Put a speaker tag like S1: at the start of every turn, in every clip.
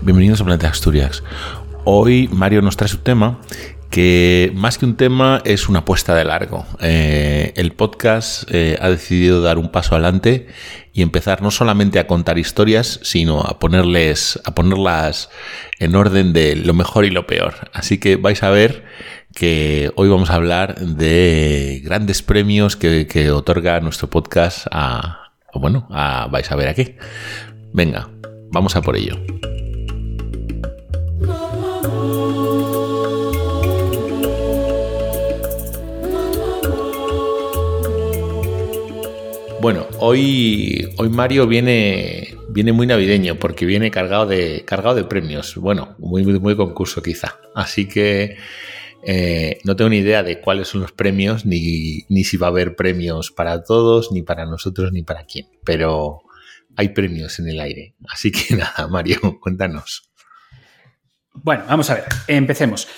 S1: Bienvenidos a Planeta Asturias. Hoy Mario nos trae su tema que más que un tema es una apuesta de largo. Eh, el podcast eh, ha decidido dar un paso adelante y empezar no solamente a contar historias, sino a ponerles, a ponerlas en orden de lo mejor y lo peor. Así que vais a ver que hoy vamos a hablar de grandes premios que, que otorga nuestro podcast a, bueno, a, vais a ver aquí. Venga, vamos a por ello. Bueno, hoy, hoy Mario viene, viene muy navideño porque viene cargado de, cargado de premios. Bueno, muy, muy, muy concurso quizá. Así que eh, no tengo ni idea de cuáles son los premios, ni, ni si va a haber premios para todos, ni para nosotros, ni para quién. Pero hay premios en el aire. Así que nada, Mario, cuéntanos.
S2: Bueno, vamos a ver, empecemos.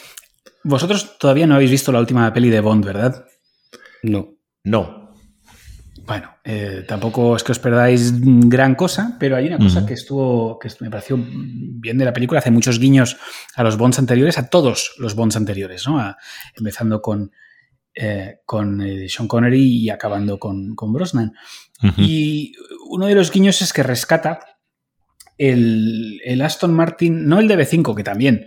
S2: Vosotros todavía no habéis visto la última peli de Bond, ¿verdad?
S3: No.
S1: No,
S2: bueno, eh, tampoco es que os perdáis gran cosa, pero hay una cosa uh -huh. que estuvo, que me pareció bien de la película, hace muchos guiños a los Bonds anteriores, a todos los Bonds anteriores, ¿no? A, empezando con, eh, con eh, Sean Connery y acabando con, con Brosnan. Uh -huh. Y uno de los guiños es que rescata el, el Aston Martin, no el DB5, que también,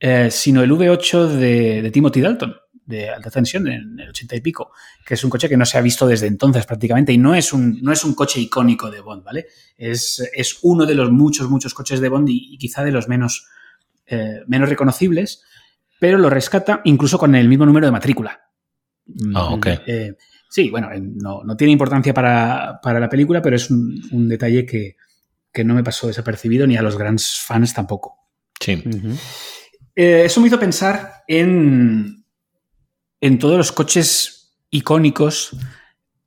S2: eh, sino el V8 de, de Timothy Dalton de alta tensión en el 80 y pico, que es un coche que no se ha visto desde entonces prácticamente y no es un, no es un coche icónico de Bond, ¿vale? Es, es uno de los muchos, muchos coches de Bond y, y quizá de los menos, eh, menos reconocibles, pero lo rescata incluso con el mismo número de matrícula.
S1: Ah, oh, ok.
S2: Eh, sí, bueno, no, no tiene importancia para, para, la película, pero es un, un detalle que, que, no me pasó desapercibido ni a los grandes fans tampoco.
S1: Sí.
S2: Uh -huh. eh, eso me hizo pensar en, en todos los coches icónicos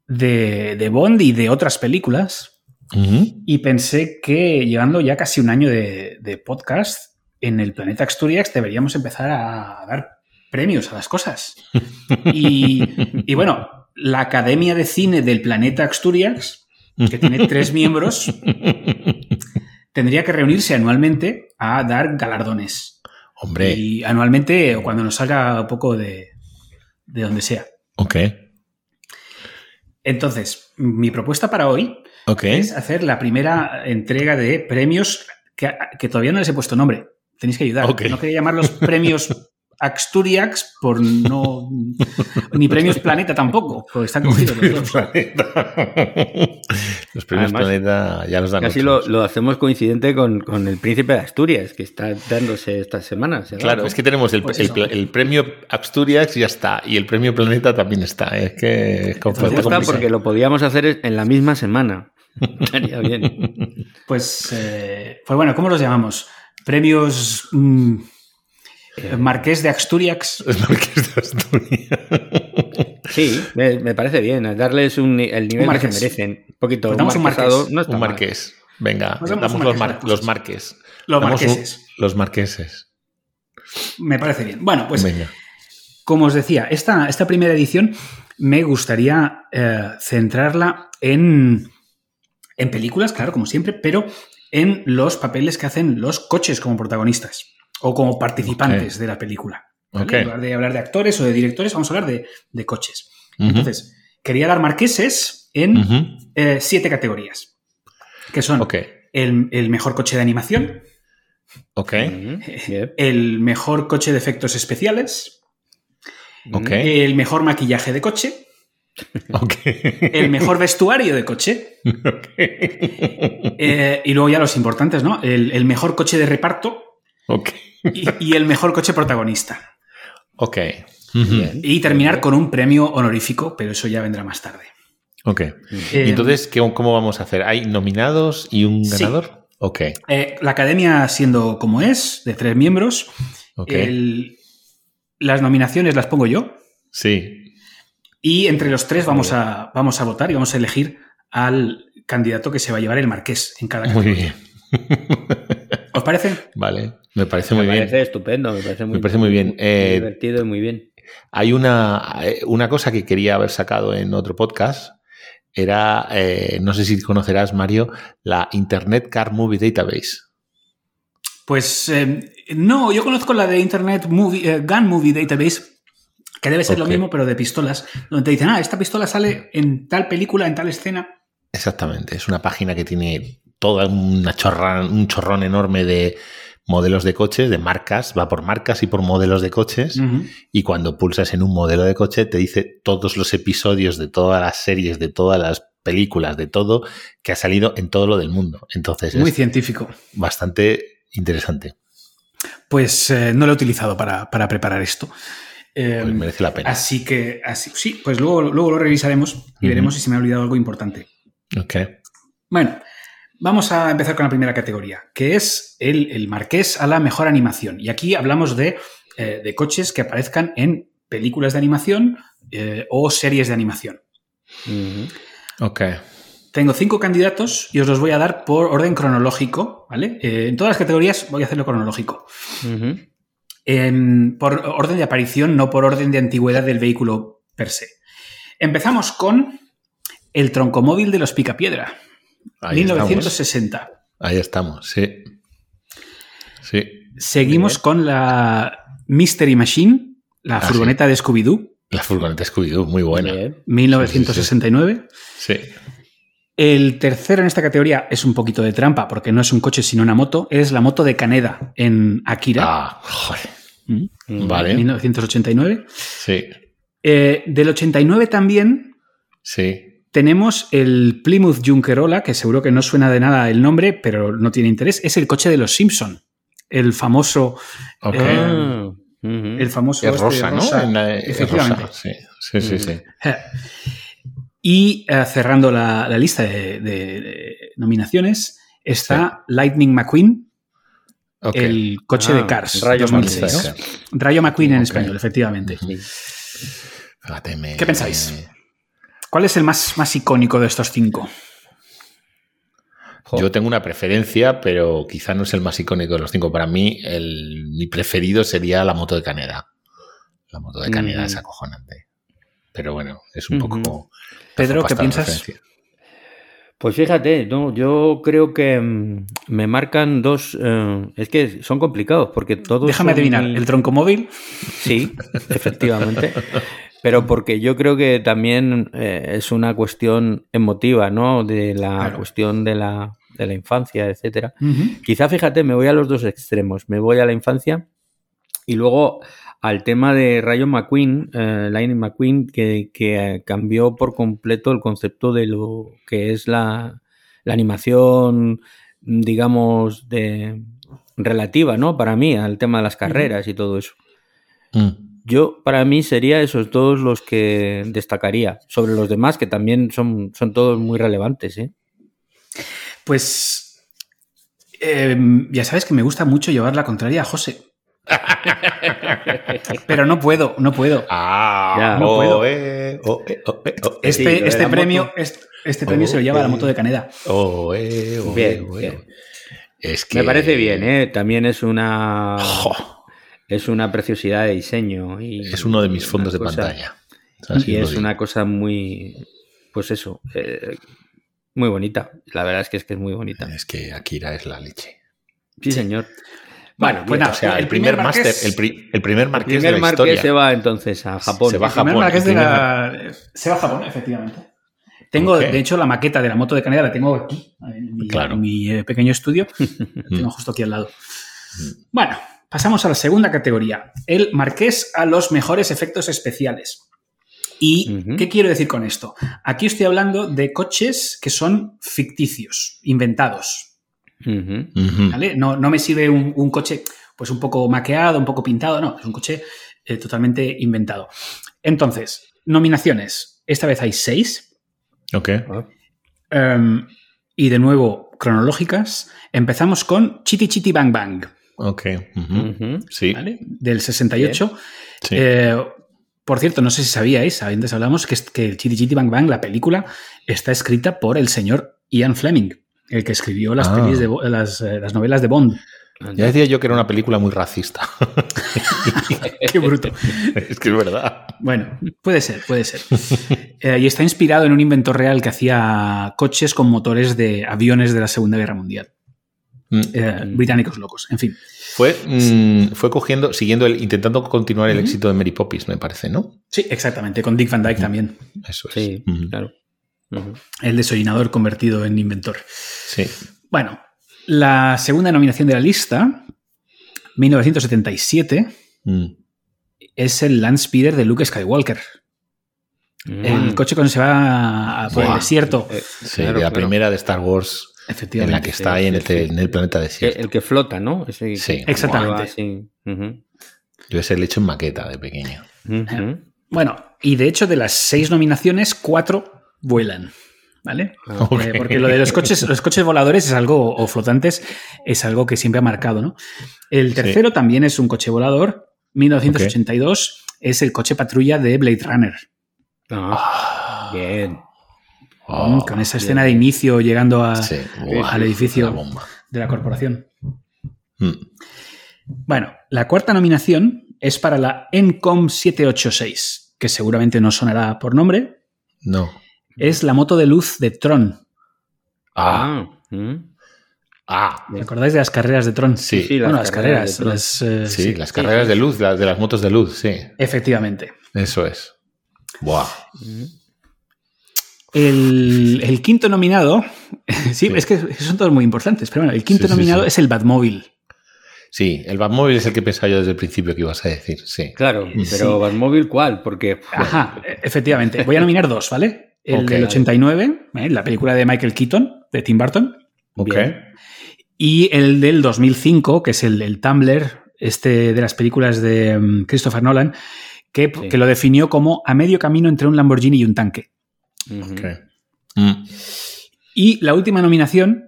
S2: de, de Bond y de otras películas. Uh -huh. Y pensé que llegando ya casi un año de, de, podcast en el planeta Asturias deberíamos empezar a dar premios a las cosas. y, y, bueno, la Academia de Cine del planeta Asturias, que tiene tres miembros, tendría que reunirse anualmente a dar galardones.
S1: Hombre.
S2: Y anualmente, o cuando nos salga un poco de, de donde sea.
S1: Ok.
S2: Entonces, mi propuesta para hoy
S1: okay.
S2: es hacer la primera entrega de premios que, que, todavía no les he puesto nombre. Tenéis que ayudar.
S1: Okay.
S2: No quería llamarlos premios Asturiax por no. ni premios Planeta tampoco, porque están cogidos los
S1: dos. los premios Además, Planeta ya los dan.
S3: Casi lo, lo, hacemos coincidente con, con, el príncipe de Asturias, que está dándose estas semanas.
S1: ¿verdad? Claro, es que tenemos el, pues el, el, el, premio Asturias ya está, y el premio Planeta también está. ¿eh? Es que es
S3: Pues está
S1: pues
S3: porque lo podíamos hacer en la misma semana. Estaría bien.
S2: Pues, eh, pues bueno, ¿cómo los llamamos? Premios. Mmm,
S3: Eh.
S2: Marqués de Asturias.
S1: Marqués de Asturias.
S3: Sí, me, me, parece bien. Darles un, el nivel un que merecen. Un poquito.
S2: Pues damos un marqués.
S1: No un marqués. Venga, damos, damos marqués los, mar, los, marques.
S2: Los
S1: damos
S2: marqueses.
S1: Un, los marqueses.
S2: Me parece bien. Bueno, pues
S1: Venga.
S2: como os decía, esta, esta, primera edición me gustaría eh, centrarla en, en películas, claro, como siempre, pero en los papeles que hacen los coches como protagonistas o como participantes okay. de la película. ¿vale?
S1: Okay.
S2: En lugar de hablar de actores o de directores, vamos a hablar de, de coches. Uh -huh. Entonces, quería dar marqueses en uh -huh. eh, siete categorías, que son
S1: okay.
S2: el, el, mejor coche de animación,
S1: eh,
S2: el mejor coche de efectos especiales, el mejor maquillaje de coche, el mejor vestuario de coche, eh, y luego ya los importantes, ¿no? el, el mejor coche de reparto.
S1: Okay.
S2: Y, y, el mejor coche protagonista.
S1: Ok.
S2: Uh -huh. Y terminar con un premio honorífico, pero eso ya vendrá más tarde.
S1: Ok. Eh,
S2: Em,
S1: ¿Y entonces, ¿qué, ¿cómo vamos a hacer? ¿Hay nominados y un ganador? Sí. Ok.
S2: Eh, la academia, siendo como es, de tres miembros, okay. el, las nominaciones las pongo yo.
S1: Sí.
S2: Y entre los tres vamos a, vamos a votar y vamos a elegir al candidato que se va a llevar el marqués en cada
S1: categoría. Muy bien.
S2: ¿Os parece?
S1: Vale, me parece muy
S3: me
S1: bien.
S3: Me parece estupendo, me parece muy,
S1: me parece muy bien.
S3: Muy, eh, divertido y muy bien.
S1: Hay una, eh, una cosa que quería haber sacado en otro podcast. Era, eh, no sé si conocerás, Mario, la Internet Car Movie Database.
S2: Pues eh, no, yo conozco la de Internet Movie, eh, Gun Movie Database, que debe ser lo
S1: Ok.
S2: mismo, pero de pistolas, donde te dicen, ah, esta pistola sale en tal película, en tal escena.
S1: Exactamente, es una página que tiene toda una chorra, un chorrón enorme de modelos de coches, de marcas, va por marcas y por modelos de coches.
S2: Ujú.
S1: Y cuando pulsas en un modelo de coche, te dice todos los episodios de todas las series, de todas las películas, de todo que ha salido en todo lo del mundo. Entonces
S2: Muy
S1: es
S2: científico.
S1: bastante interesante.
S2: Pues eh, no lo he utilizado para, para preparar esto. Eh,
S1: Pues merece la pena.
S2: así que, así, sí, pues luego, luego lo revisaremos y
S1: Ujú.
S2: veremos si se me ha olvidado algo importante.
S1: Ok.
S2: Bueno, vamos a empezar con la primera categoría, que es el, el marqués a la mejor animación. Y aquí hablamos de, eh, de coches que aparezcan en películas de animación eh, o series de animación.
S3: Ujú.
S1: Ok.
S2: Tengo cinco candidatos y os los voy a dar por orden cronológico, ¿vale? Eh, en todas las categorías voy a hacerlo cronológico.
S3: Ujú.
S2: Em, por orden de aparición, no por orden de antigüedad del vehículo per se. Empezamos con el troncomóvil de los Picapiedra,
S1: Ahí
S2: 1960.
S1: estamos. Ahí estamos, sí. Sí.
S2: Seguimos con la Mystery Machine, la
S1: Ah,
S2: furgoneta de Scooby-Doo,
S1: La furgoneta Scooby-Doo, muy buena.
S3: Bien.
S2: 1969.
S1: Sí.
S2: El tercero en esta categoría es un poquito de trampa, porque no es un coche sino una moto. Es la moto de Caneda en Akira,
S1: Ah, joder.
S2: mm,
S3: Ujú.
S1: Vale.
S2: 1989.
S1: Sí.
S2: Eh, del 89 también
S1: Sí.
S2: tenemos el Plymouth Junkerola, que seguro que no suena de nada el nombre, pero no tiene interés. Es el coche de los Simpson, el famoso,
S1: Ok.
S2: Eh,
S3: Ah, ujú.
S2: el famoso
S1: es
S2: este
S1: rosa, ¿no?
S2: rosa.
S1: En la- es
S2: efectivamente.
S1: rosa. Sí, sí, sí. sí.
S2: Y eh, cerrando la, la lista de, de- de nominaciones está Lightning McQueen,
S1: Ok.
S2: el coche
S3: Ah,
S2: de Cars
S3: Rayo
S2: 2006.
S1: McQueen,
S2: ¿no? Rayo McQueen en
S1: Ok.
S2: español, efectivamente.
S1: Ujú. Fíjate, me-
S2: ¿Qué pensáis?
S1: me-
S2: ¿Cuál es el más, más icónico de estos cinco?
S3: Jo.
S1: Yo tengo una preferencia, pero quizá no es el más icónico de los cinco. Para mí, el, mi preferido sería la moto de Caneda. La moto de Caneda
S3: Mm.
S1: es acojonante. Pero bueno, es un
S3: Ujú.
S1: poco.
S2: Pedro,
S1: fue
S2: ¿qué
S1: bastante
S2: piensas?
S1: referencia.
S3: Pues fíjate, no, yo creo que mm, me marcan dos. eh, es que son complicados porque todos.
S2: Déjame
S3: son
S2: adivinar,
S3: muy-
S2: el tronco móvil.
S3: Sí, efectivamente. Pero porque yo creo que también eh, es una cuestión emotiva, ¿no? De la
S2: Claro.
S3: cuestión de la, de la infancia, etcétera. Quizá, fíjate, me voy a los dos extremos. Me voy a la infancia y luego al tema de Rayo McQueen, eh, Lightning McQueen, que, que, eh, cambió por completo el concepto de lo que es la, la animación, digamos, de relativa, ¿no? Para mí, al tema de las carreras y todo eso.
S1: Mm.
S3: Yo, para mí, sería esos dos los que destacaría sobre los demás, que también son, son todos muy relevantes, ¿eh?
S2: Pues eh, ya sabes que me gusta mucho llevar la contraria a José. Pero no puedo, no puedo.
S1: Ah,
S3: Ya,
S2: no
S1: oh,
S2: puedo.
S1: eh, oh, eh, oh, eh, oh, eh,
S2: Este,
S3: Sí, lo de
S2: este
S3: la
S2: premio,
S3: moto.
S2: este, este premio se lo lleva la moto de Caneda.
S1: oh, eh, oh,
S3: Bien,
S1: eh, oh,
S3: bien.
S1: eh. Es que.
S3: Me parece bien, ¿eh? También es una...
S1: Jo,
S3: Es una preciosidad de diseño. Y
S1: es uno de mis
S3: una
S1: fondos de
S3: cosa-
S1: pantalla. Así
S3: Y
S1: lo
S3: es
S1: digo.
S3: una cosa muy, pues eso, eh, muy bonita. La verdad es que es que es muy bonita.
S1: Es que Akira es la leche.
S3: Sí, señor.
S2: Bueno, pues
S3: bien.
S2: nada,
S1: O sea, el, primer,
S2: marqués-
S1: máster, el, pri- el primer
S3: El
S1: marqués de
S3: primer
S1: la
S3: marqués
S1: historia.
S3: se va entonces a Japón.
S1: Se va a
S2: El primer
S1: Japón,
S2: marqués
S1: el
S2: de
S1: primer
S2: la... Se va a Japón, efectivamente. Tengo,
S1: Ok.
S2: de hecho, la maqueta de la moto de Canadá la tengo aquí, en mi,
S1: Claro.
S2: en mi, eh, pequeño estudio. la tengo justo aquí al lado. Bueno, pasamos a la segunda categoría. El marqués a los mejores efectos especiales. ¿Y
S3: Ujú.
S2: qué quiero decir con esto? Aquí estoy hablando de coches que son ficticios, inventados.
S3: Ujú.
S1: Ujú.
S2: ¿vale? No, no me sirve un, un coche pues un poco maqueado, un poco pintado, no, es un coche eh, totalmente inventado. Entonces, nominaciones. Esta vez hay seis
S1: Ok.
S2: em, y de nuevo cronológicas. Empezamos con Chitty Chitty Bang Bang,
S1: Ok. ujú.
S3: Ujú.
S1: Sí.
S2: ¿vale? Del 68.
S1: sí.
S2: Eh, por cierto, no sé si sabíais, antes hablamos que, es- que el Chitty Chitty Bang Bang, la película, está escrita por el señor Ian Fleming, el que escribió las,
S1: Ah.
S2: pelis de Bo- las, eh, las novelas de Bond.
S1: ya decía yo que era una película muy racista.
S2: Qué bruto.
S1: es que es verdad.
S2: Bueno, puede ser, puede ser. Eh, y está inspirado en un inventor real que hacía coches con motores de aviones de la Segunda Guerra Mundial. eh, británicos locos, en fin.
S1: Mm, Fue, mm, fue cogiendo, siguiendo, el, intentando continuar el éxito de Mary Poppins, me parece, ¿no?
S2: Sí, exactamente, con Dick Van Dyke también.
S1: Eso es.
S3: Sí,
S1: Ujú.
S3: claro. Ujú.
S2: El desollinador convertido en inventor.
S1: Sí.
S2: Bueno, la segunda nominación de la lista, 1977,
S1: Mm.
S2: es el Land Speeder de Luke Skywalker. El
S3: Mm.
S2: coche cuando se va a- por el
S1: Buah.
S2: desierto.
S3: Eh,
S1: Sí,
S3: claro,
S1: de la
S3: claro.
S1: primera de Star Wars en la
S2: Efectivamente.
S1: que está ahí en el, en el planeta
S3: Eh,
S1: desierto.
S3: El que flota, ¿no? Ese
S1: Sí.
S3: que
S2: Exactamente.
S3: va así. Ujú.
S1: Yo ese le he hecho en maqueta de pequeño.
S3: Ujú.
S2: Bueno, y de hecho de las seis nominaciones, cuatro vuelan. ¿Vale?
S3: Ah,
S1: Ok.
S2: Eh, porque lo de los coches, los coches voladores es algo, o flotantes, es algo que siempre ha marcado, ¿no? El tercero también es un coche volador, 1982, es el coche patrulla de Blade Runner.
S3: ah, bien.
S1: Oh,
S2: Mm, con esa escena de inicio llegando a-
S1: sí,
S2: al
S1: buah,
S2: edificio.
S1: la bomba.
S2: de la corporación.
S1: Mm.
S2: Bueno, la cuarta nominación es para la Encom 786, que seguramente no sonará por nombre.
S1: No.
S2: Es la moto de luz de Tron.
S1: Ah,
S3: Ah, mm.
S1: ah.
S2: ¿Te acordáis de las carreras de Tron?
S1: Sí,
S3: Sí,
S2: bueno, las carreras.
S3: de Tron.
S2: las, eh,
S1: sí,
S2: sí.
S1: las carreras de luz, las de las motos de luz, sí.
S2: Efectivamente.
S1: Eso es. Buah.
S2: El, el quinto nominado. sí,
S1: Sí.
S2: es que son todos muy importantes, pero bueno, el quinto
S1: Sí, sí,
S2: nominado
S1: sí.
S2: es el Batmóvil.
S1: Sí, el Batmóvil es el que pensaba yo desde el principio que ibas a decir, sí.
S3: Claro, pero Batmóvil, ¿cuál? Porque pff,
S2: Ajá, e- efectivamente. Voy a nominar dos, ¿vale? El
S1: Ok.
S2: del 89, ¿eh? la película de Michael Keaton, de Tim Burton.
S1: Ok.
S3: Bien.
S2: Y el del 2005, que es el, el Tumblr, este de las películas de mm, Christopher Nolan, que,
S3: Sí.
S2: que lo definió como a medio camino entre un Lamborghini y un tanque.
S3: ujú.
S1: Ok. Mm.
S2: Y la última nominación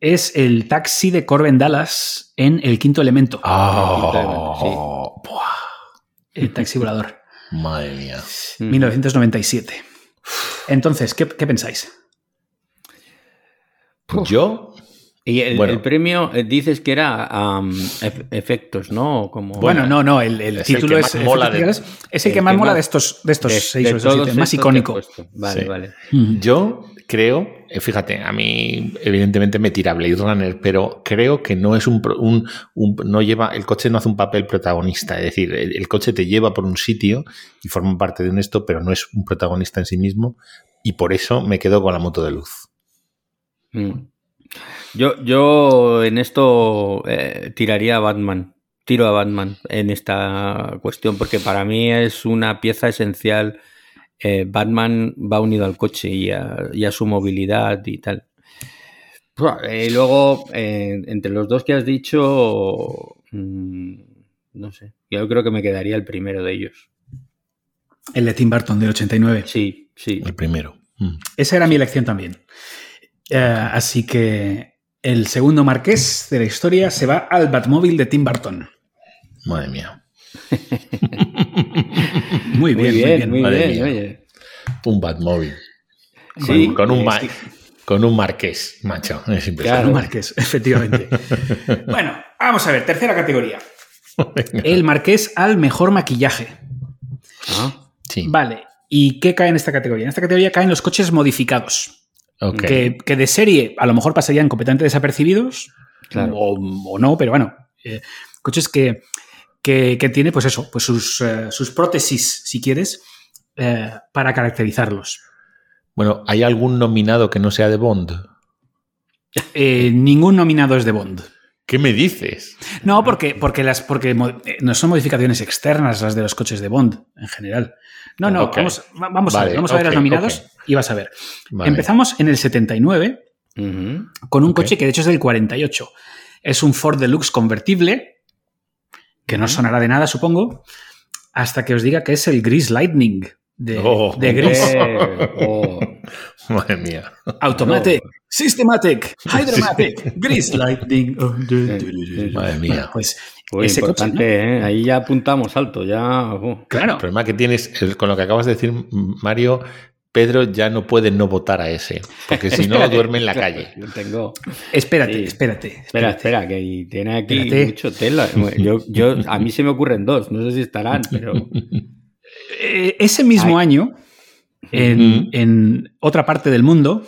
S2: es el taxi de Corbin Dallas en El Quinto Elemento,
S1: Ah. Oh, buah,
S2: el taxi volador,
S1: madre mía.
S2: 1997. Entonces, ¿qué, qué pensáis?
S1: Yo,
S3: Y el,
S1: Bueno.
S3: el premio eh, dices que era am, ef- efectos, ¿no? O Como
S2: Bueno, no, no, el, el
S1: es el
S2: título
S1: que
S2: es,
S1: más mola de-
S2: es el, que más mola de estos, de estos
S3: de-
S2: seis
S3: de
S2: o siete, más
S3: todos estos que he
S2: icónico.
S3: puesto. Vale,
S1: Sí.
S3: vale.
S2: Mm.
S1: yo creo, eh, fíjate, a mí evidentemente me tira Blade Runner, pero creo que no es un, pro- un- un- no lleva, el coche no hace un papel protagonista, es decir, el, el coche te lleva por un sitio y forma parte de un esto, pero no es un protagonista en sí mismo y por eso me quedo con la moto de luz.
S3: Mm. Yo, yo en esto eh, tiraría a Batman. Tiro a Batman en esta cuestión, porque para mí es una pieza esencial. Eh, Batman va unido al coche y a, y a su movilidad y tal. Buah, eh, Y luego, eh, entre los dos que has dicho, mm, no sé, yo creo que me quedaría el primero de ellos.
S2: El de Tim Burton del 89.
S3: Sí, sí.
S1: El primero. Mm.
S2: Esa era mi elección también. Eh, así que el segundo marqués de la historia se va al Batmóvil de Tim Burton.
S1: Madre mía.
S2: Muy
S3: Muy
S2: bien,
S3: bien, muy bien,
S1: madre mía.
S3: oye.
S1: Un Batmóvil.
S3: Sí,
S1: con, con un
S3: es
S1: ma-
S3: que-
S1: con un marqués, macho. Es
S2: Un
S1: impresionante.
S2: marqués, efectivamente. bueno, vamos a ver, tercera categoría.
S1: Venga.
S2: El marqués al mejor maquillaje.
S3: Ah,
S1: Sí.
S2: Vale, ¿y qué cae en esta categoría? En esta categoría caen los coches modificados.
S1: ok.
S2: Que, que de serie a lo mejor pasarían completamente desapercibidos,
S3: claro.
S2: o, o no, pero bueno, eh, coches que, que, que tiene, pues eso, pues sus, eh, sus prótesis, si quieres, eh, para caracterizarlos.
S1: Bueno, ¿hay algún nominado que no sea de Bond?
S2: Eh, ningún nominado es de Bond.
S1: ¿Qué me dices?
S2: No, porque, porque, las, porque mo- eh, no son modificaciones externas las de los coches de Bond en general. No, no,
S1: Ok.
S2: vamos, va- vamos a
S1: Vale,
S2: ver, vamos a ver
S1: ok,
S2: los nominados
S1: ok.
S2: y vas a ver.
S1: Vale.
S2: Empezamos en el 79
S3: Ujú.
S2: con un
S1: Ok.
S2: coche que de hecho es del 48. Es un Ford Deluxe convertible, que no sonará de nada, supongo, hasta que os diga que es el Gris Lightning de,
S1: Oh.
S2: de Gris.
S3: Eh, oh.
S1: Madre mía.
S2: Automatic, Systematic, Hydromatic, Gris Lightning.
S1: Madre mía.
S2: Pues
S3: Uy,
S2: ese coche,
S3: importante,
S2: ¿no?
S3: ¿eh? Ahí ya apuntamos alto, ya. oh.
S1: El
S2: claro,
S1: problema que tienes el- con lo que acabas de decir, Mario, Pedro ya no puede no votar a ese, porque si no duerme en la
S3: Claro,
S1: calle.
S3: Yo tengo.
S2: espérate,
S3: Sí.
S2: espérate,
S3: Espera,
S2: espérate.
S3: espera, que ahí tiene aquí
S2: Espérate.
S3: mucho tela. Yo, yo, a mí se me ocurren dos, no sé si estarán, pero.
S2: Eh, E, Ese mismo año, en,
S1: Ujú.
S2: en otra parte del mundo,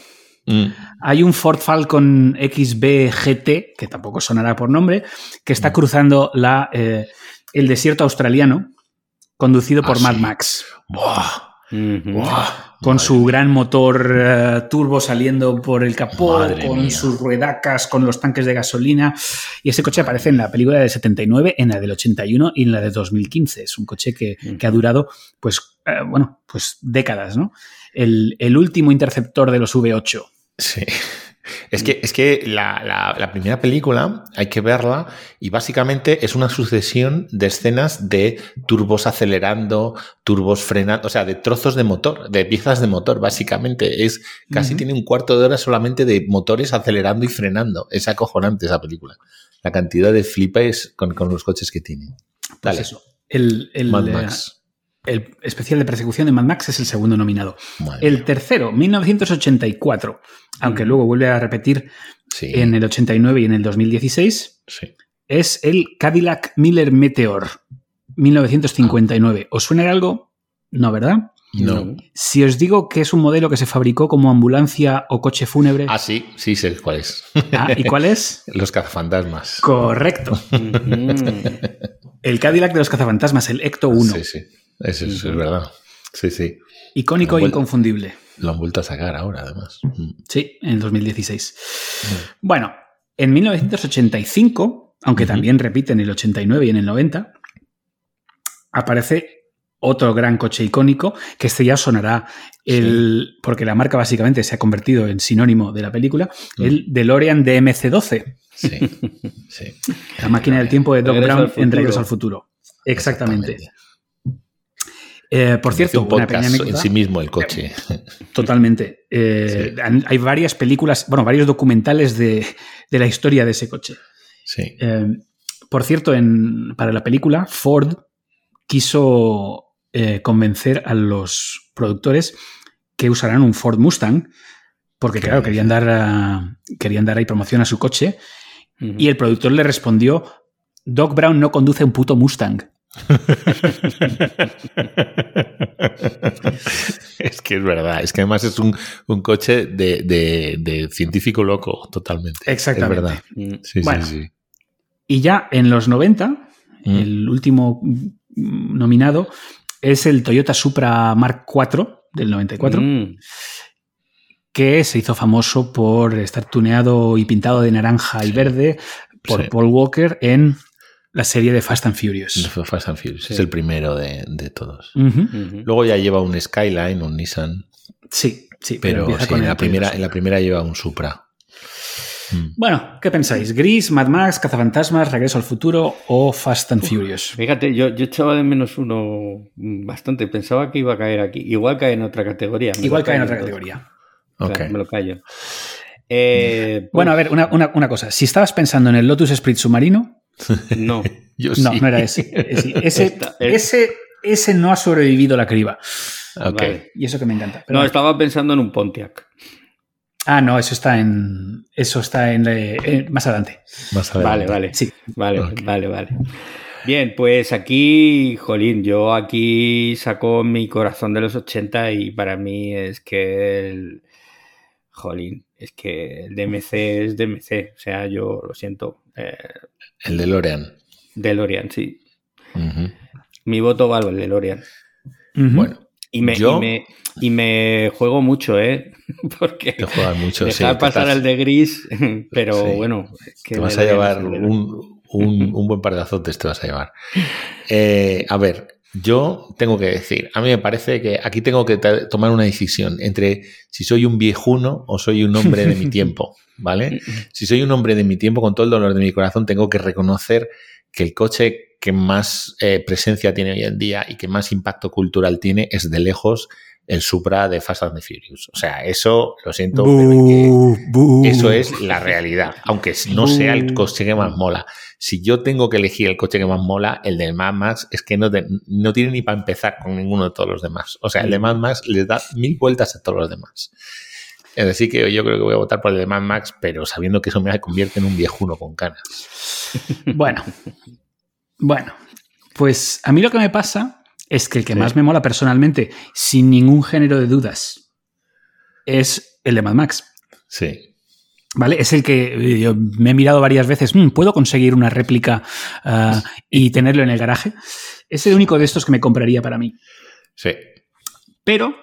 S2: Mm. Hay un Ford Falcon XB GT, que tampoco sonará por nombre, que está mm. cruzando la, eh, el desierto australiano, conducido ah, por sí. Mad Max.
S1: Buah.
S2: Mm -hmm. Buah. con Madre su mía. gran motor uh, turbo saliendo por el capó, Madre con mía. sus ruedacas, con los tanques de gasolina. Y ese coche aparece en la película del 79, en la del 81 y en la de 2015. Es un coche que, mm. que ha durado, pues, uh, bueno, pues décadas, ¿no? El, el, último interceptor de los V8.
S1: Sí. Es
S2: Mm.
S1: que, es que la, la, la primera película hay que verla y básicamente es una sucesión de escenas de turbos acelerando, turbos frenando, o sea, de trozos de motor, de piezas de motor, básicamente. Es casi uh -huh. tiene un cuarto de hora solamente de motores acelerando y frenando. Es acojonante esa película. La cantidad de flipes con, con los coches que tiene.
S2: Pues Dale. Eso. El, el, Mad Max. El especial de persecución de Mad Max es el segundo nominado. Madre el tercero, 1984, aunque mm. luego vuelve a repetir sí. en el 89 y en el 2016, sí. es el Cadillac Miller Meteor, 1959. Ah. ¿Os suena de algo? No, ¿verdad?
S1: No.
S2: Si os digo que es un modelo que se fabricó como ambulancia o coche fúnebre.
S1: Ah, sí, sí sé cuál es.
S2: Ah, ¿Y cuál es?
S1: Los cazafantasmas.
S2: Correcto. el Cadillac de los cazafantasmas, el Ecto 1.
S1: Sí, sí. Eso, eso uh -huh. es verdad. Sí, sí.
S2: Icónico e inconfundible.
S1: Lo han vuelto a sacar ahora, además.
S2: Sí, en el 2016. Uh -huh. Bueno, en 1985, aunque uh -huh. también repite en el 89 y en el 90, aparece otro gran coche icónico, que este ya sonará, el, sí. porque la marca básicamente se ha convertido en sinónimo de la película, el DeLorean DMC-12.
S1: Sí, sí.
S2: La máquina del tiempo de Doc Regreso Brown en Regreso al Futuro. Exactamente. Exactamente. Eh, por cierto,
S1: un podcast una en sí mismo el coche.
S2: Totalmente. Eh, sí. Hay varias películas, bueno, varios documentales de, de la historia de ese coche.
S1: Sí.
S2: Eh, por cierto, en, para la película, Ford quiso eh, convencer a los productores que usarán un Ford Mustang, porque claro, querían dar, a, querían dar ahí promoción a su coche. Uh -huh. Y el productor le respondió, Doc Brown no conduce un puto Mustang.
S1: es que es verdad, es que además es un, un coche de, de, de, científico loco, totalmente.
S2: Exactamente.
S1: Es verdad. Sí, bueno, sí, sí.
S2: Y ya en los 90, mm. el último mm, nominado es el Toyota Supra Mark IV del 94, mm. que se hizo famoso por estar tuneado y pintado de naranja y verde por Paul Walker en la serie de Fast and Furious.
S1: Mm. Fast and Furious, sí. es el primero de, de todos. Uh -huh. Uh -huh. Luego ya lleva un Skyline, un Nissan.
S2: Sí, sí,
S1: pero, pero sí, en, la primera, en la primera lleva un Supra.
S2: Mm. Bueno, ¿qué pensáis? ¿Gris, Mad Max, Cazafantasmas, Regreso al Futuro o Fast and Furious?
S3: Uf, fíjate, yo, yo echaba de menos uno mm, bastante. Pensaba que iba a caer aquí. Igual cae en otra categoría.
S2: Igual cae en otra categoría.
S3: Okay. O sea, me lo callo.
S2: Eh, pues, bueno, a ver, una, una, una cosa. Si estabas pensando en el Lotus Esprit submarino,
S3: pues, no,
S1: yo
S2: no,
S1: sí. eh.
S2: no era ese. Ese, ese, ese. ese, no ha sobrevivido la criba.
S1: Okay. Vale.
S2: Y eso que me encanta.
S3: Pero no, bueno. estaba pensando en un Pontiac.
S2: Ah, no, eso está en. Eso está en. Eh, más adelante.
S1: Más adelante.
S3: Vale, vale.
S2: Sí.
S3: Vale, okay. vale, vale. Bien, pues aquí, jolín, yo aquí saco mi corazón de los 80 y para mí es que el. Jolín, es que el DMC es DMC. O sea, yo lo siento. Eh,
S1: el de Lorian.
S3: De Lorian, sí. Uh -huh. Mi voto va al de Lorian.
S1: Uh -huh. Bueno.
S3: Y me, yo... y me, y, me, juego mucho, ¿eh? Porque
S1: te juegas mucho,
S3: dejar sí, pasar al de gris, pero sí. bueno.
S1: Es que te vas a llevar un, un, un, buen par de azotes, te vas a llevar. Eh, a ver, yo tengo que decir, a mí me parece que aquí tengo que tomar una decisión entre si soy un viejuno o soy un hombre de mi tiempo, ¿vale? Si soy un hombre de mi tiempo, con todo el dolor de mi corazón, tengo que reconocer que el coche que más eh, presencia tiene hoy en día y que más impacto cultural tiene es de lejos el Supra de Fast and the Furious. O sea, eso, lo siento,
S2: buh, buh.
S1: eso es la realidad, aunque no buh. sea el coche que más mola. Si yo tengo que elegir el coche que más mola, el del Mad Max es que no, te, no tiene ni para empezar con ninguno de todos los demás. O sea, el de Mad Max les da mil vueltas a todos los demás. Es decir, que yo creo que voy a votar por el de Mad Max, pero sabiendo que eso me convierte en un viejuno con canas.
S2: Bueno, bueno, pues a mí lo que me pasa es que el que sí. más me mola personalmente, sin ningún género de dudas, es el de Mad Max.
S1: Sí.
S2: ¿Vale? Es el que eh, yo me he mirado varias veces, mmm, ¿puedo conseguir una réplica uh, y tenerlo en el garaje? Es el único de estos que me compraría para mí.
S1: Sí.
S2: Pero,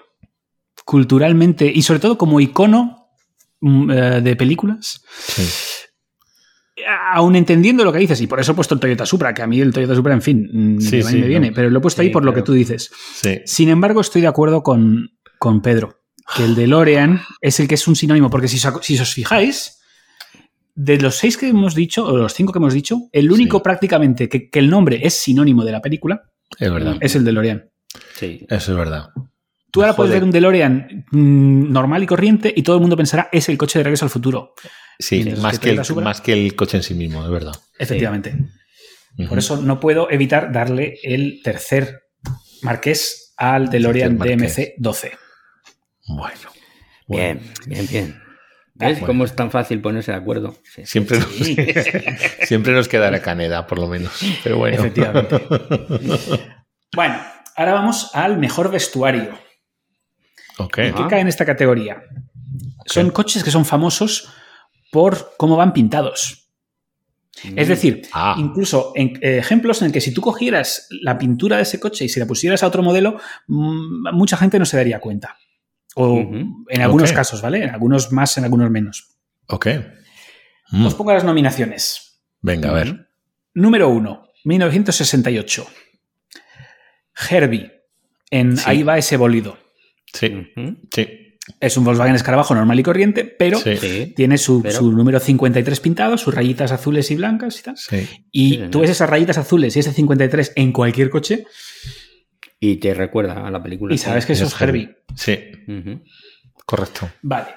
S2: culturalmente, y sobre todo como icono uh, de películas, sí. aún entendiendo lo que dices, y por eso he puesto el Toyota Supra, que a mí el Toyota Supra, en fin, sí, sí, me viene, no. pero lo he puesto ahí por claro. lo que tú dices. Sin embargo, estoy de acuerdo con, con Pedro que el DeLorean es el que es un sinónimo, porque si, si, os fijáis, de los seis que hemos dicho, o los cinco que hemos dicho, el único sí. prácticamente que, que, el nombre es sinónimo de la película
S1: es, verdad.
S2: es el DeLorean.
S1: Sí, eso es verdad.
S2: Tú ahora Joder. puedes ver un DeLorean normal y corriente y todo el mundo pensará es el coche de regreso al futuro.
S1: Sí, más que, que el, Supra, más que, el, coche en sí mismo, es verdad.
S2: Efectivamente. Sí. Por uh -huh. eso no puedo evitar darle el tercer marqués al DeLorean DMC 12.
S1: Bueno.
S3: Bien, bien, bien. ¿Ves bueno. cómo es tan fácil ponerse de acuerdo?
S1: Sí, siempre, sí. Nos, siempre nos queda la caneda, por lo menos. Pero bueno.
S2: Efectivamente. bueno, ahora vamos al mejor vestuario.
S1: Okay.
S2: ¿Qué ah. cae en esta categoría? Okay. Son coches que son famosos por cómo van pintados. Mm. Es decir, ah. incluso en, ejemplos en el que si tú cogieras la pintura de ese coche y se la pusieras a otro modelo, mm, mucha gente no se daría cuenta. O uh -huh. en algunos okay. casos, ¿vale? En algunos más, en algunos menos.
S1: Ok.
S2: Mm. Os pongo las nominaciones.
S1: Venga, a ver.
S2: Número 1, 1968. Herbie, en sí. Ahí va ese bolido.
S1: Sí,
S3: Mm.
S1: uh -huh. sí.
S2: Es un Volkswagen Escarabajo normal y corriente, pero eh, sí. tiene su, pero... su, número 53 pintado, sus rayitas azules y blancas y tal. Sí. Y tú ves esas rayitas azules y ese 53 en cualquier coche,
S3: y te recuerda a la película.
S2: Y sabes que eso es Herbie.
S1: Sí. Uh -huh. Correcto.
S2: Vale.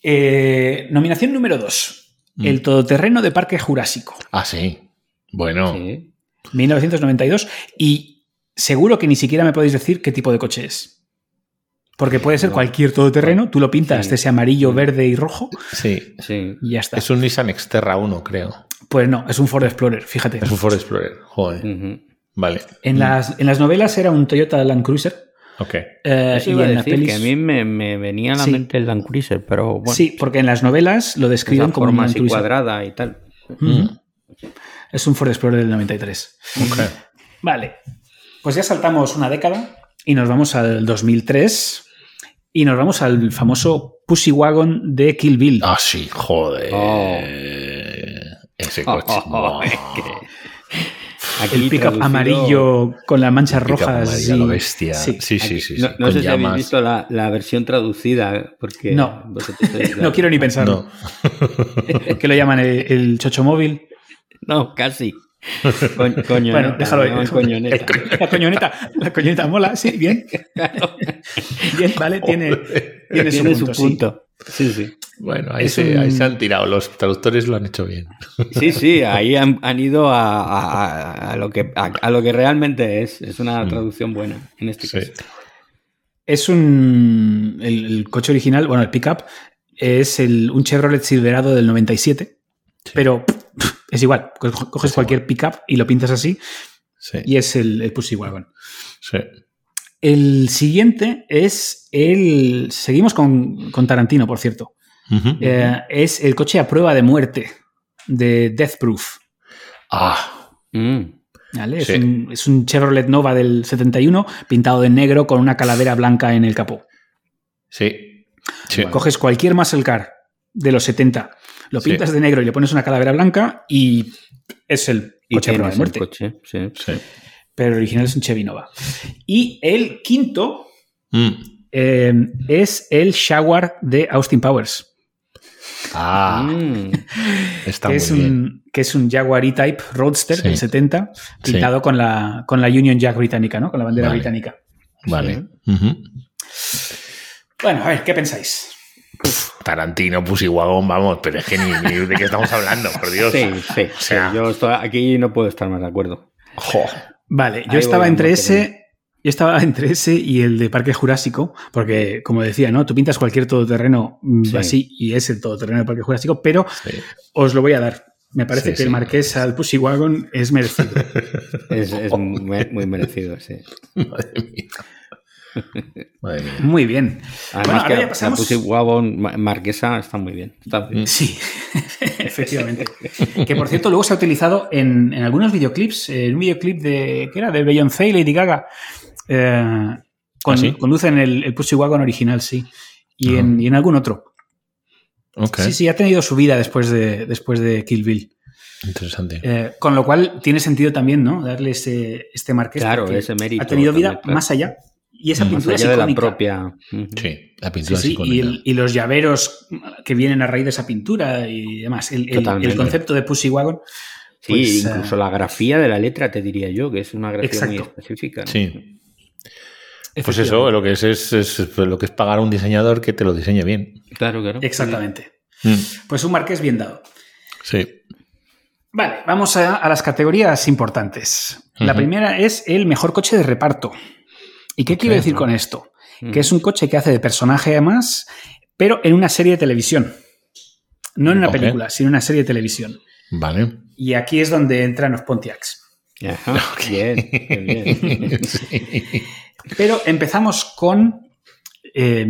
S2: Eh, nominación número 2. Mm. El todoterreno de Parque Jurásico.
S1: Ah, sí. Bueno. Sí.
S2: 1992. Y seguro que ni siquiera me podéis decir qué tipo de coche es. Porque puede ser no. cualquier todoterreno, tú lo pintas sí. de ese amarillo, verde y rojo.
S1: Sí,
S3: sí.
S2: Y ya está.
S1: Es un Nissan Xterra 1, creo.
S2: Pues no, es un Ford Explorer, fíjate.
S1: Es un Ford Explorer, joder. Uh
S3: Mm.
S1: -huh. Vale.
S2: En las, en las novelas era un Toyota Land Cruiser.
S1: Mm, Ok.
S3: Eh, Eso iba y en a decir pelis... que a mí me, me venía a la sí. mente el Land Cruiser, pero bueno.
S2: Sí, porque en las novelas lo describen Esa como
S3: forma así cuadrada y tal.
S2: Mm. Es un Ford Explorer del 93. Okay. Vale. Pues ya saltamos una década y nos vamos al 2003 y nos vamos al famoso Pussy Wagon de Kill Bill.
S1: Ah, sí, joder. Oh. Ese coche. Oh, oh,
S2: Aquí el pickup amarillo con las manchas rojas.
S1: Amarillo, y... lo bestia. Sí, sí, sí. sí, sí
S3: no, no sé llamas. si habéis visto la, la, versión traducida, ¿eh? porque.
S2: No, no quiero ni pensarlo. No. ¿Qué lo llaman el, el, chocho móvil?
S3: No, casi. Co coñoneta,
S2: bueno, déjalo ahí. No, coñoneta. La coñoneta, la coñoneta mola, sí, bien. Bien, vale, tiene, tiene,
S3: tiene, su punto. Su punto. Sí. sí, sí.
S1: Bueno, ahí se, un... ahí, se, han tirado, los traductores lo han hecho bien.
S3: Sí, sí, ahí han, han ido a, a, a, lo que, a, lo que, realmente es. Es una traducción buena en este sí. caso.
S2: Es un. El, el, coche original, bueno, el pickup, es el, un Chevrolet Silverado del 97, sí. pero es igual. Coges es cualquier pickup y lo pintas así, sí. y es el, el Pussy Wagon.
S1: Sí.
S2: El siguiente es el. Seguimos con, con Tarantino, por cierto. Uh -huh, eh, uh -huh. es el coche a prueba de muerte de Death Proof.
S1: Ah.
S2: Mm. ¿Vale? Sí. Es, un, es, un, Chevrolet Nova del 71 pintado de negro con una calavera blanca en el capó.
S1: Sí.
S2: sí. Coges cualquier muscle car de los 70, lo pintas sí. de negro y le pones una calavera blanca y es el coche a prueba de muerte.
S3: Coche.
S2: Pero el original es un Chevy Nova. Y el quinto mm. eh, es el Jaguar de Austin Powers.
S1: Ah,
S3: Mm.
S1: está
S2: Mm, que, es muy un, bien. que es un Jaguar E-Type Roadster sí. del 70, pintado sí. con, la, con la Union Jack británica, ¿no? Con la bandera
S1: vale.
S2: británica.
S1: Vale. Uh -huh.
S2: Bueno, a ver, ¿qué pensáis?
S1: Puf, Tarantino, Pussy Wagon, vamos, pero es que ni, ni, de qué estamos hablando, por Dios.
S3: Sí, sí, o sea, sí yo estoy, aquí no puedo estar más de acuerdo.
S1: Jo.
S2: Vale, yo Ahí estaba entre ese yo estaba entre ese y el de Parque Jurásico, porque como decía, ¿no? Tú pintas cualquier todoterreno sí. así y es el todoterreno de Parque Jurásico, pero sí. os lo voy a dar. Me parece sí, que el marqués al Pussy Wagon es merecido.
S3: es, es muy, muy merecido, sí. Madre
S1: mía.
S2: Madre mía. Muy bien.
S3: Además bueno, que ya pasamos... la Pussy Wagon Marquesa está muy bien. Está bien.
S2: Sí, efectivamente. que por cierto, luego se ha utilizado en, en algunos videoclips, en un videoclip de, ¿qué era? De Beyoncé y Lady Gaga. Eh, con, ¿Ah, sí? Conducen el, el Pussy Wagon original, sí. Y, oh. en, y en, algún otro. Okay. Sí, sí, ha tenido su vida después de, después de Kill Bill.
S1: Interesante.
S2: Eh, con lo cual tiene sentido también, ¿no? Darle ese, este marqués.
S3: Claro, ese mérito.
S2: Ha tenido vida también, claro. más allá. Y esa
S3: más
S2: pintura
S3: allá es icónica. De la propia.
S1: Uh -huh. Sí, la pintura
S2: sí, sí.
S1: Es
S2: y, el, y, los llaveros que vienen a raíz de esa pintura y demás. El, el, el concepto de Pussy Wagon.
S3: Pues, sí, incluso uh... la grafía de la letra, te diría yo, que es una grafía Exacto. muy específica. ¿no?
S1: Sí. Pues eso, lo que es, es, es, pues lo que es pagar a un diseñador que te lo diseñe bien.
S3: Claro, claro.
S2: Exactamente. Mm. Pues un marqués bien dado.
S1: Sí.
S2: Vale, vamos a, a, las categorías importantes. Uh -huh. La primera es el mejor coche de reparto. ¿Y qué okay, quiero decir no. con esto? Uh -huh. Que es un coche que hace de personaje además, pero en una serie de televisión. No en una okay. película, sino en una serie de televisión.
S1: Vale.
S2: Y aquí es donde entran los Pontiacs.
S3: Ajá, okay. bien, bien. sí.
S2: Pero empezamos con eh,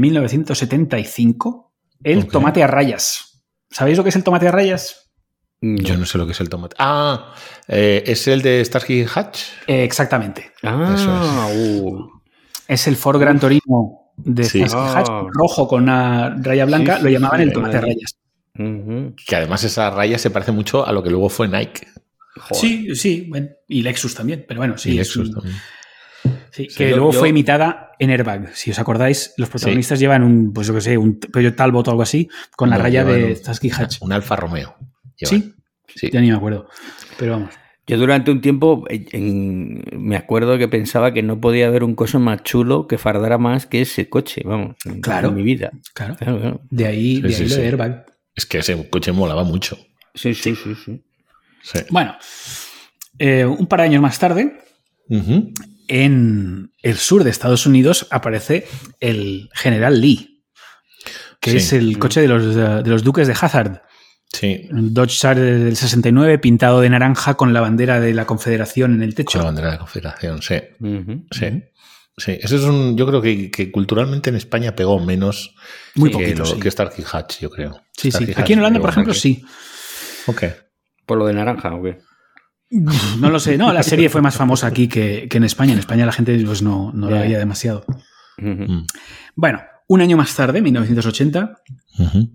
S2: 1975, el tomate a rayas. ¿Sabéis lo que es el tomate a rayas?
S1: No. Yo no sé lo que es el tomate. Ah, eh, es el de Starsky Hatch.
S2: Eh, exactamente.
S3: Ah, Eso es. Uh.
S2: es. el Ford Gran Torino de sí. Starsky ah. Hatch, rojo con una raya blanca, sí, sí, lo llamaban el tomate madre. rayas.
S1: Uh -huh. Que además esa raya se parece mucho a lo que luego fue Nike.
S2: Joder. Sí, sí, bueno, y Lexus también, pero bueno, sí. Y Lexus un, también. Sí, que yo, luego yo... fue imitada en Airbag. Si os acordáis, los protagonistas llevan un, pues yo que sé, un Peugeot Talbot o algo así, con no, la raya de Starsky Hatch.
S1: Un Alfa Romeo.
S2: ¿Sí? sí, ya ni me acuerdo. Pero vamos.
S3: Yo durante un tiempo eh, en, me acuerdo que pensaba que no podía haber un coche más chulo que fardara más que ese coche, vamos,
S2: claro,
S3: en mi vida.
S2: Claro. claro, claro. De ahí, sí, de ahí sí, lo de Airbag.
S1: Es que ese coche molaba mucho.
S3: Sí, sí, sí. sí,
S2: Bueno, eh, un par de años más tarde, uh -huh. en el sur de Estados Unidos aparece el General Lee, que es el coche de los, de, de los duques de Hazard.
S1: Sí.
S2: Dodge Charger del 69 pintado de naranja con la bandera de la Confederación en el
S1: Con
S2: techo.
S1: la bandera de la Confederación, sí. Uh -huh. Sí. Sí, eso es un. Yo creo que, que culturalmente en España pegó menos
S2: Muy
S1: que,
S2: poquito,
S1: lo,
S2: sí.
S1: que Starkey Hatch, yo creo.
S2: Sí,
S1: Starkey
S2: sí. Hatch, aquí en Holanda, por ejemplo, aquí. sí.
S1: Ok.
S3: ¿Por lo de naranja o qué?
S2: No lo sé. No, la serie fue más famosa aquí que, que en España. En España la gente pues, no, no yeah. la veía demasiado. Uh -huh.
S1: Mm.
S2: Bueno, un año más tarde, 1980. Uh -huh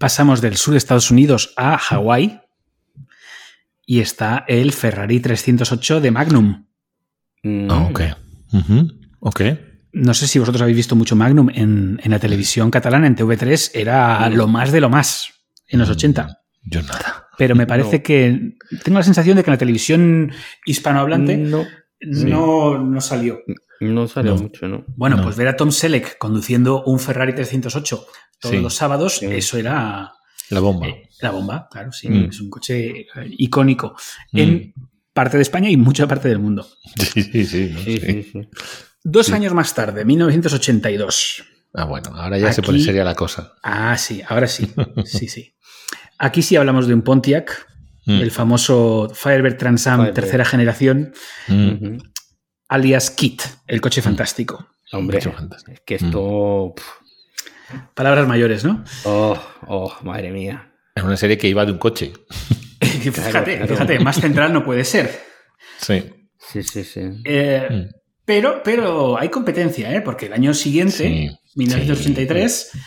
S2: pasamos del sur de Estados Unidos a Hawái y está el Ferrari 308 de Magnum.
S3: Mm,
S1: Oh, okay. Uh -huh. ok.
S2: No sé si vosotros habéis visto mucho Magnum en, en la televisión catalana, en TV3, era lo más de lo más en los 80.
S1: Yo nada.
S2: Pero me parece Mm. no. que tengo la sensación de que en la televisión hispanohablante no, no, no salió.
S3: No salió no. mucho, ¿no?
S2: Bueno,
S3: no.
S2: pues ver a Tom Selleck conduciendo un Ferrari 308 todos sí. los sábados, sí. eso era...
S1: La bomba.
S2: Eh, la bomba, claro, sí. Mm. Es un coche icónico mm. en parte de España y mucha parte del mundo.
S1: Sí, sí, sí. sí
S2: Dos años más tarde, 1982.
S1: Ah, bueno, ahora ya Aquí, se pone seria la cosa.
S2: Ah, sí, ahora sí. sí, sí. Aquí sí hablamos de un Pontiac, mm. el famoso Firebird Transam Firebird. tercera generación.
S1: Mm.
S3: Mm.
S2: -hmm alias Kit, el coche fantástico.
S3: Hombre, es que esto.
S2: Mm. Palabras mayores, ¿no?
S3: Oh, oh, madre mía.
S1: Es una serie que iba de un coche.
S2: fíjate, claro, claro. fíjate, más central no puede ser.
S1: Sí.
S3: Sí, sí, sí.
S2: Eh, mm. pero, pero hay competencia, ¿eh? Porque el año siguiente, sí, 1983. Sí.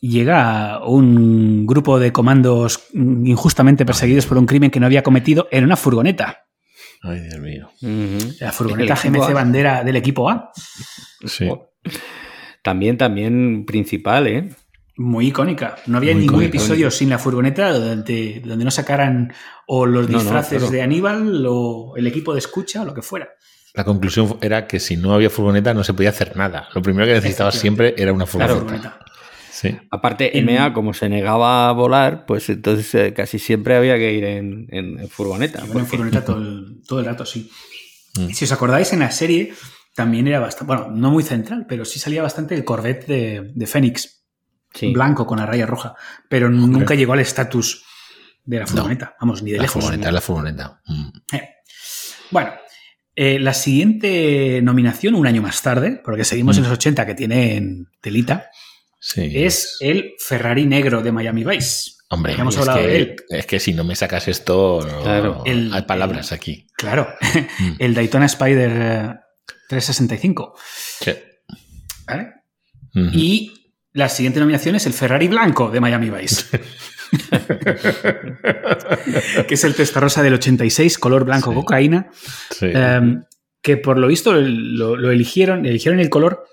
S2: Llega un grupo de comandos injustamente perseguidos por un crimen que no había cometido en una furgoneta.
S1: Ay, Dios mío.
S2: Uh -huh. La furgoneta GMC A. bandera del equipo A.
S1: Sí. Oh.
S3: También, también principal, ¿eh?
S2: Muy icónica. No había Muy ningún icónica. episodio sin la furgoneta donde, donde no sacaran o los disfraces no, no, claro. de Aníbal o el equipo de escucha o lo que fuera.
S1: La conclusión era que si no había furgoneta no se podía hacer nada. Lo primero que necesitabas siempre era una furgoneta. Claro, furgoneta.
S3: Sí. Aparte, MA, como se negaba a volar, pues entonces eh, casi siempre había que ir en, en, en furgoneta.
S2: Bueno, en furgoneta todo el, todo el rato, sí. Mm. Si os acordáis, en la serie también era bastante, bueno, no muy central, pero sí salía bastante el Corvette de, de Fénix, sí. blanco con la raya roja, pero okay. nunca llegó al estatus de la furgoneta, no. vamos, ni de
S1: la
S2: lejos.
S1: Furgoneta, la furgoneta. Mm.
S2: Eh. Bueno, Eh, la siguiente nominación, un año más tarde, porque seguimos mm. en los 80 que tienen telita, sí, es, es el Ferrari negro de Miami Vice.
S1: Hombre, hemos hablado que, de él. es que si no me sacas esto, no, claro, el, hay palabras
S2: el,
S1: aquí.
S2: Claro, mm. el Daytona Spider eh, 365. Sí. ¿Vale? Uh -huh. Y la siguiente nominación es el Ferrari blanco de Miami Vice. que es el Testarossa del 86, color blanco sí. cocaína. Sí. Eh, que por lo visto lo, lo eligieron, eligieron el color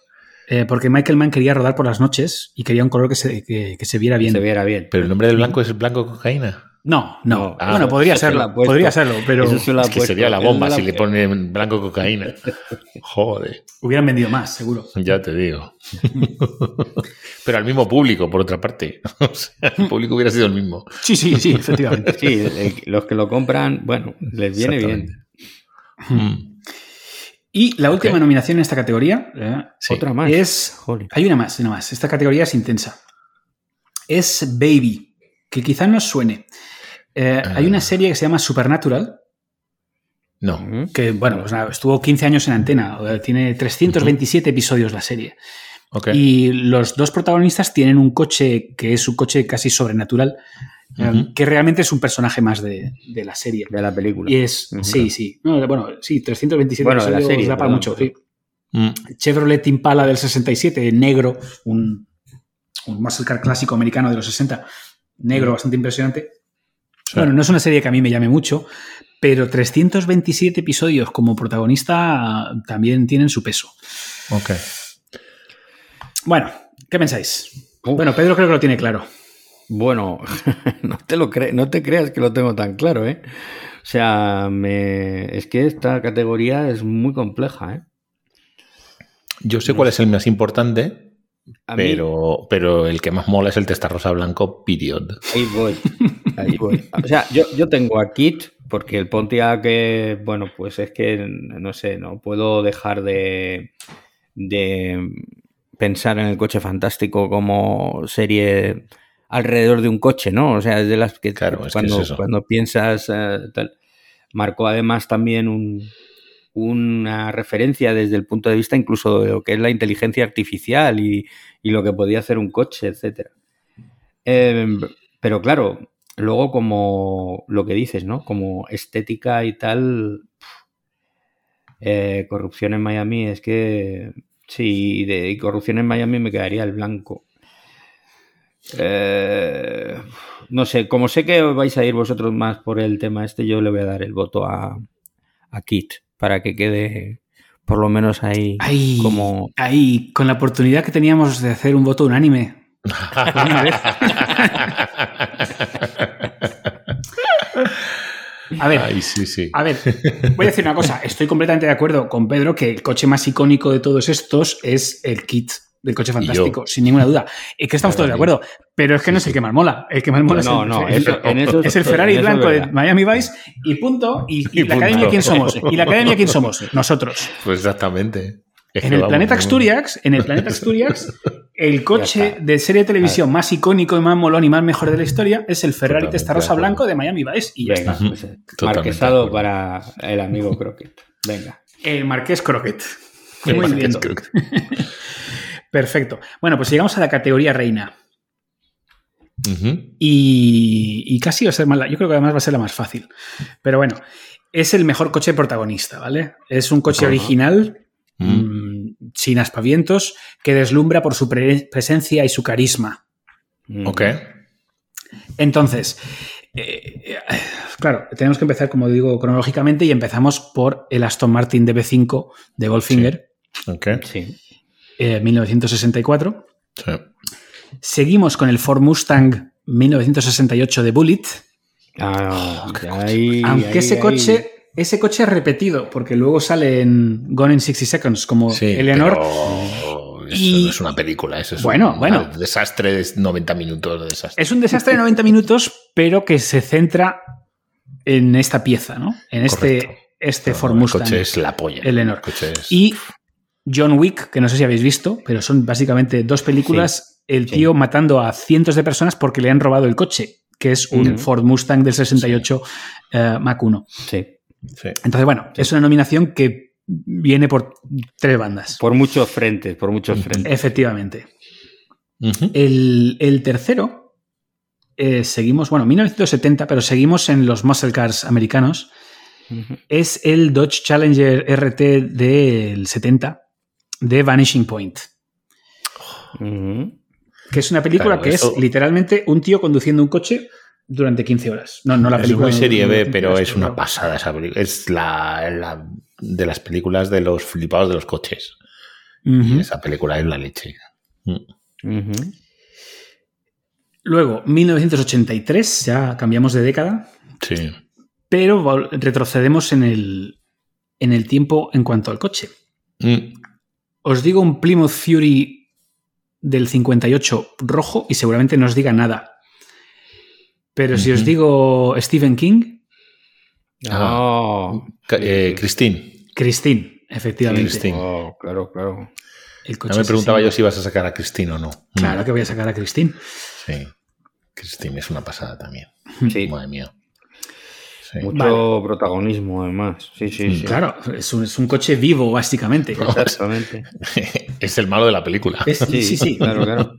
S2: eh, porque Michael Mann quería rodar por las noches y quería un color que se, que, que se viera bien.
S3: Se viera bien.
S1: Pero el nombre del blanco es el blanco cocaína.
S2: No, no. Ah, bueno, podría serlo. Se podría serlo, pero.
S1: Eso se es que sería la bomba la... si le ponen blanco cocaína. Joder.
S2: Hubieran vendido más, seguro.
S1: Ya te digo. pero al mismo público, por otra parte. O sea, el público hubiera sido el mismo.
S2: Sí, sí, sí, efectivamente.
S3: sí, los que lo compran, bueno, les viene bien. Hmm.
S1: Mm,
S2: Y la última okay. nominación en esta categoría. Eh, sí. Otra más. Es, Joder. Hay una más, una más. Esta categoría es intensa. Es Baby, que quizás nos suene. Eh, hay una serie que se llama Supernatural.
S1: No.
S2: Que, bueno, pues nada, estuvo 15 años en antena. Tiene 327 uh -huh. episodios la serie. Okay. Y los dos protagonistas tienen un coche que es un coche casi sobrenatural, uh -huh. eh, que realmente es un personaje más de, de, la serie.
S3: De la película.
S2: Y es, uh -huh. sí, sí. No, bueno, sí, 327 bueno, episodios de la serie, da para perdón, mucho. Sí.
S1: Mm.
S2: Chevrolet Impala del 67, negro, un, un muscle car clásico americano de los 60, negro, bastante impresionante. Bueno, no es una serie que a mí me llame mucho, pero 327 episodios como protagonista también tienen su peso.
S1: Ok.
S2: Bueno, ¿qué pensáis? Uf. Bueno, Pedro creo que lo tiene claro.
S3: Bueno, no te, lo cre no te creas que lo tengo tan claro, ¿eh? O sea, me... es que esta categoría es muy compleja, ¿eh?
S1: Yo sé no cuál sé. es el más importante, pero, pero el que más mola es el testarrosa blanco, period.
S3: Ahí voy, ahí voy. O sea, yo, yo, tengo a Kit, porque el Pontiac, que, bueno, pues es que, no sé, no puedo dejar de, de pensar en el coche fantástico como serie alrededor de un coche, ¿no? O sea, es de las que
S1: claro, es
S3: cuando,
S1: que es
S3: cuando piensas eh, tal. Marcó además también un, una referencia desde el punto de vista incluso de lo que es la inteligencia artificial y, y lo que podía hacer un coche, etc. Eh, pero claro, luego como lo que dices, ¿no? Como estética y tal, eh, corrupción en Miami, es que sí, de corrupción en Miami me quedaría el blanco. Eh, no sé, como sé que vais a ir vosotros más por el tema este, yo le voy a dar el voto a, a Kit para que quede por lo menos ahí,
S2: ahí,
S3: como
S2: ahí con la oportunidad que teníamos de hacer un voto unánime. a ver,
S1: Ay, sí, sí.
S2: a ver, voy a decir una cosa. Estoy completamente de acuerdo con Pedro que el coche más icónico de todos estos es el kit del coche fantástico, sin ninguna duda. Es que estamos todos de acuerdo, pero es que no es el que más mola. El que más mola
S3: no,
S2: es, el,
S3: no,
S2: es,
S3: eso, en eso,
S2: es el Ferrari en blanco de Miami Vice y punto. Y, y, y la punto. academia quién somos. Y la academia quién somos. Nosotros.
S1: Pues exactamente.
S2: Es en el, planeta
S1: Mm.
S2: Asturias, en el planeta Asturias, el coche de serie de televisión más icónico y más molón y más mejor de la historia es el Ferrari Totalmente Testarossa blanco de Miami Vice y ya
S3: Venga,
S2: está.
S3: Pues, marquesado para el amigo Crockett. Venga.
S2: El Marqués Crockett. El Muy Marqués bien. Crockett. Perfecto. Bueno, pues llegamos a la categoría reina. Uh -huh. y, y, casi va a ser más la, yo creo que además va a ser la más fácil. Pero bueno, es el mejor coche protagonista, ¿vale? Es un coche ¿Cómo? original,
S1: Mm.
S2: uh -huh. mmm, sin aspavientos, que deslumbra por su pre presencia y su carisma.
S3: Mm,
S1: Ok.
S2: Entonces, eh, claro, tenemos que empezar, como digo, cronológicamente y empezamos por el Aston Martin DB5 de Goldfinger. eh,
S1: Sí. Ok. Sí.
S2: 1964. Sí. Seguimos con el Ford Mustang 1968 de Bullitt.
S3: Ah,
S2: oh, ahí, Aunque ahí, ese coche ahí. ese coche es repetido, porque luego sale en Gone in 60 Seconds como sí, Oh, Eleanor.
S1: Pero eso y, no es una película, eso es
S2: bueno,
S1: un
S2: bueno,
S1: desastre de 90 minutos de desastre.
S2: Es un desastre de 90 minutos, pero que se centra en esta pieza, ¿no? En Correcto. este, este pero Ford Mustang.
S1: El coche es la polla.
S2: Eleanor.
S1: El coche es...
S2: Y John Wick, que no sé si habéis visto, pero son básicamente dos películas, sí, el tío sí. matando a cientos de personas porque le han robado el coche, que es un uh -huh. Ford Mustang del 68 sí. uh, Mac 1.
S3: Sí.
S2: Sí. Entonces, bueno, sí. es una nominación que viene por tres bandas.
S3: Por muchos frentes, por muchos frentes.
S2: Efectivamente. Uh -huh. el, el, tercero, eh, seguimos, bueno, 1970, pero seguimos en los muscle cars americanos. Uh -huh. Es el Dodge Challenger RT del 70 de Vanishing Point. Uh -huh. Que es una película claro, que eso... es literalmente un tío conduciendo un coche durante 15 horas. No, no la película.
S1: Es muy serie B, pero es una pasada esa película. Es la, la, de las películas de los flipados de los coches. Uh -huh. y esa película es la leche. Uh
S2: -huh. Luego, 1983, ya cambiamos de década.
S1: Sí.
S2: Pero retrocedemos en el, en el tiempo en cuanto al coche. Mm. Os digo un Plymouth Fury del 58 rojo y seguramente no os diga nada. Pero si uh -huh. os digo Stephen King. Ah,
S1: No. Eh, Christine.
S2: Christine, efectivamente.
S3: Christine. Oh, claro, claro.
S1: El coche no me preguntaba asesino. yo si ibas a sacar a Christine o no. Mm.
S2: Claro que voy a sacar a Christine.
S1: Sí. Christine es una pasada también.
S3: Sí.
S1: Madre mía.
S3: Sí. Mucho vale. protagonismo, además. Sí, sí, sí.
S2: Claro, es un, es un, coche vivo, básicamente.
S3: Exactamente.
S1: es el malo de la película.
S2: Es, sí, sí, sí.
S3: Claro, claro.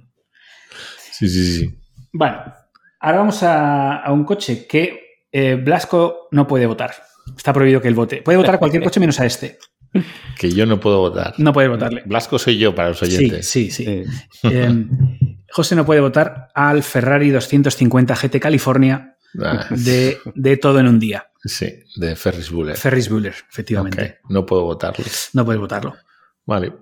S1: Sí, sí, sí.
S2: Bueno, Ahora vamos a, a, un coche que eh, Blasco no puede votar. Está prohibido que él vote. Puede votar a cualquier coche menos a este.
S1: Que yo no puedo votar.
S2: No puede votarle.
S1: Blasco soy yo para los oyentes.
S2: Sí, sí, sí. sí. Eh, José no puede votar al Ferrari 250 GT California ah. de, de, todo en un día.
S1: Sí, de Ferris Bueller.
S2: Ferris Bueller, efectivamente. Okay.
S1: No puedo votarle.
S2: No puedes votarlo.
S1: Vale.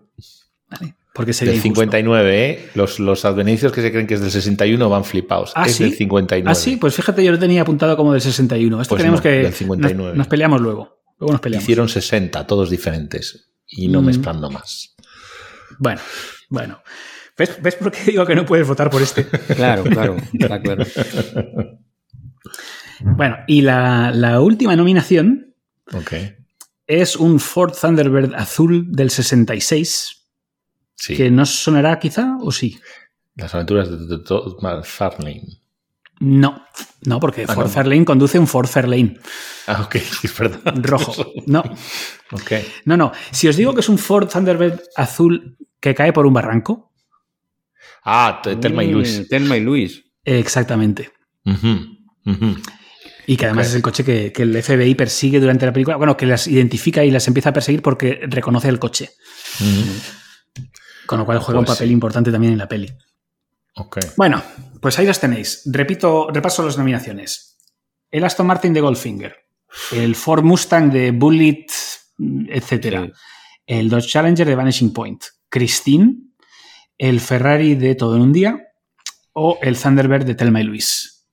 S2: Vale. Porque sería
S1: del 59, ¿eh? Los, los advenedicios que se creen que es del 61 van flipados.
S2: ¿Ah,
S1: es
S2: sí?
S1: del 59.
S2: Ah, sí, pues fíjate, yo lo tenía apuntado como del 61. Esto pues tenemos no, que.
S1: Del 59.
S2: Nos, nos, peleamos luego. Luego nos peleamos.
S1: Hicieron 60, todos diferentes. Y no mm. mezclando más.
S2: Bueno, bueno. ¿Ves, ¿Ves, por qué digo que no puedes votar por este?
S3: claro, claro, está claro.
S2: bueno, y la, la última nominación
S1: okay.
S2: es un Ford Thunderbird azul del 66. Sí. que no sonará quizá o sí.
S1: Las aventuras de Todd Farlane.
S2: No, no, porque ah, Ford no. Fairlane conduce un Ford Fairlane.
S1: Ah, ok, es verdad.
S2: Rojo, no.
S1: ok.
S2: No, no, si os digo que es un Ford Thunderbird azul que cae por un barranco.
S1: Ah, Telma
S2: Mm.
S1: y Luis.
S3: Mm, Telma y Luis.
S2: Exactamente.
S1: Uh -huh, uh -huh.
S2: Y que además okay. es el coche que, que, el FBI persigue durante la película. Bueno, que las identifica y las empieza a perseguir porque reconoce el coche. Uh -huh. Con lo cual juega pues un papel sí. importante también en la peli.
S1: Okay.
S2: Bueno, pues ahí las tenéis. Repito, repaso las nominaciones. El Aston Martin de Goldfinger, el Ford Mustang de Bullet, etc. Sí. El Dodge Challenger de Vanishing Point, Christine, el Ferrari de Todo en un Día o el Thunderbird de Telma y Luis.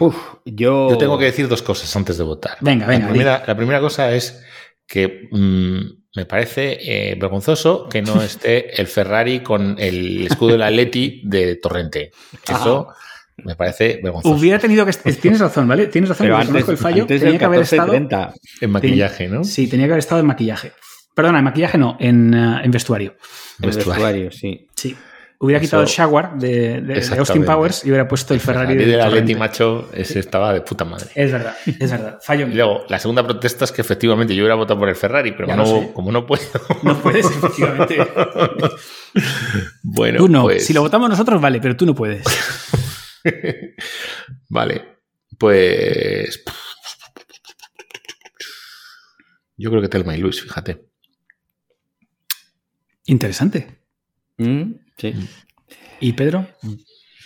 S3: Uf, yo...
S1: yo tengo que decir dos cosas antes de votar.
S2: Venga, venga.
S1: La primera, la primera cosa es que mmm, me parece eh, vergonzoso que no esté el Ferrari con el escudo del Atleti de Torrente. Eso Ajá. me parece vergonzoso.
S2: Hubiera tenido que. Tienes razón, ¿vale? Tienes razón,
S3: Pero antes,
S2: el fallo. Antes tenía que haber estado.
S1: 30. En maquillaje, ¿no?
S2: Sí, tenía que haber estado en maquillaje. Perdona, en maquillaje no, en, uh, en vestuario.
S3: En vestuario, sí.
S2: Sí. Hubiera Eso, quitado el Jaguar de, de, de, Austin Powers y hubiera puesto el Ferrari,
S1: de, de la Leti Macho ese estaba de puta madre.
S2: Es verdad, es verdad. Fallo.
S1: Y luego, la segunda protesta es que efectivamente yo hubiera votado por el Ferrari, pero ya no, como no puedo.
S2: No puedes, efectivamente.
S1: bueno,
S2: tú no.
S1: Pues...
S2: Si lo votamos nosotros, vale, pero tú no puedes.
S1: vale, pues. Yo creo que Telma y Luis, fíjate.
S2: Interesante.
S3: ¿Mm? Sí.
S2: ¿Y Pedro?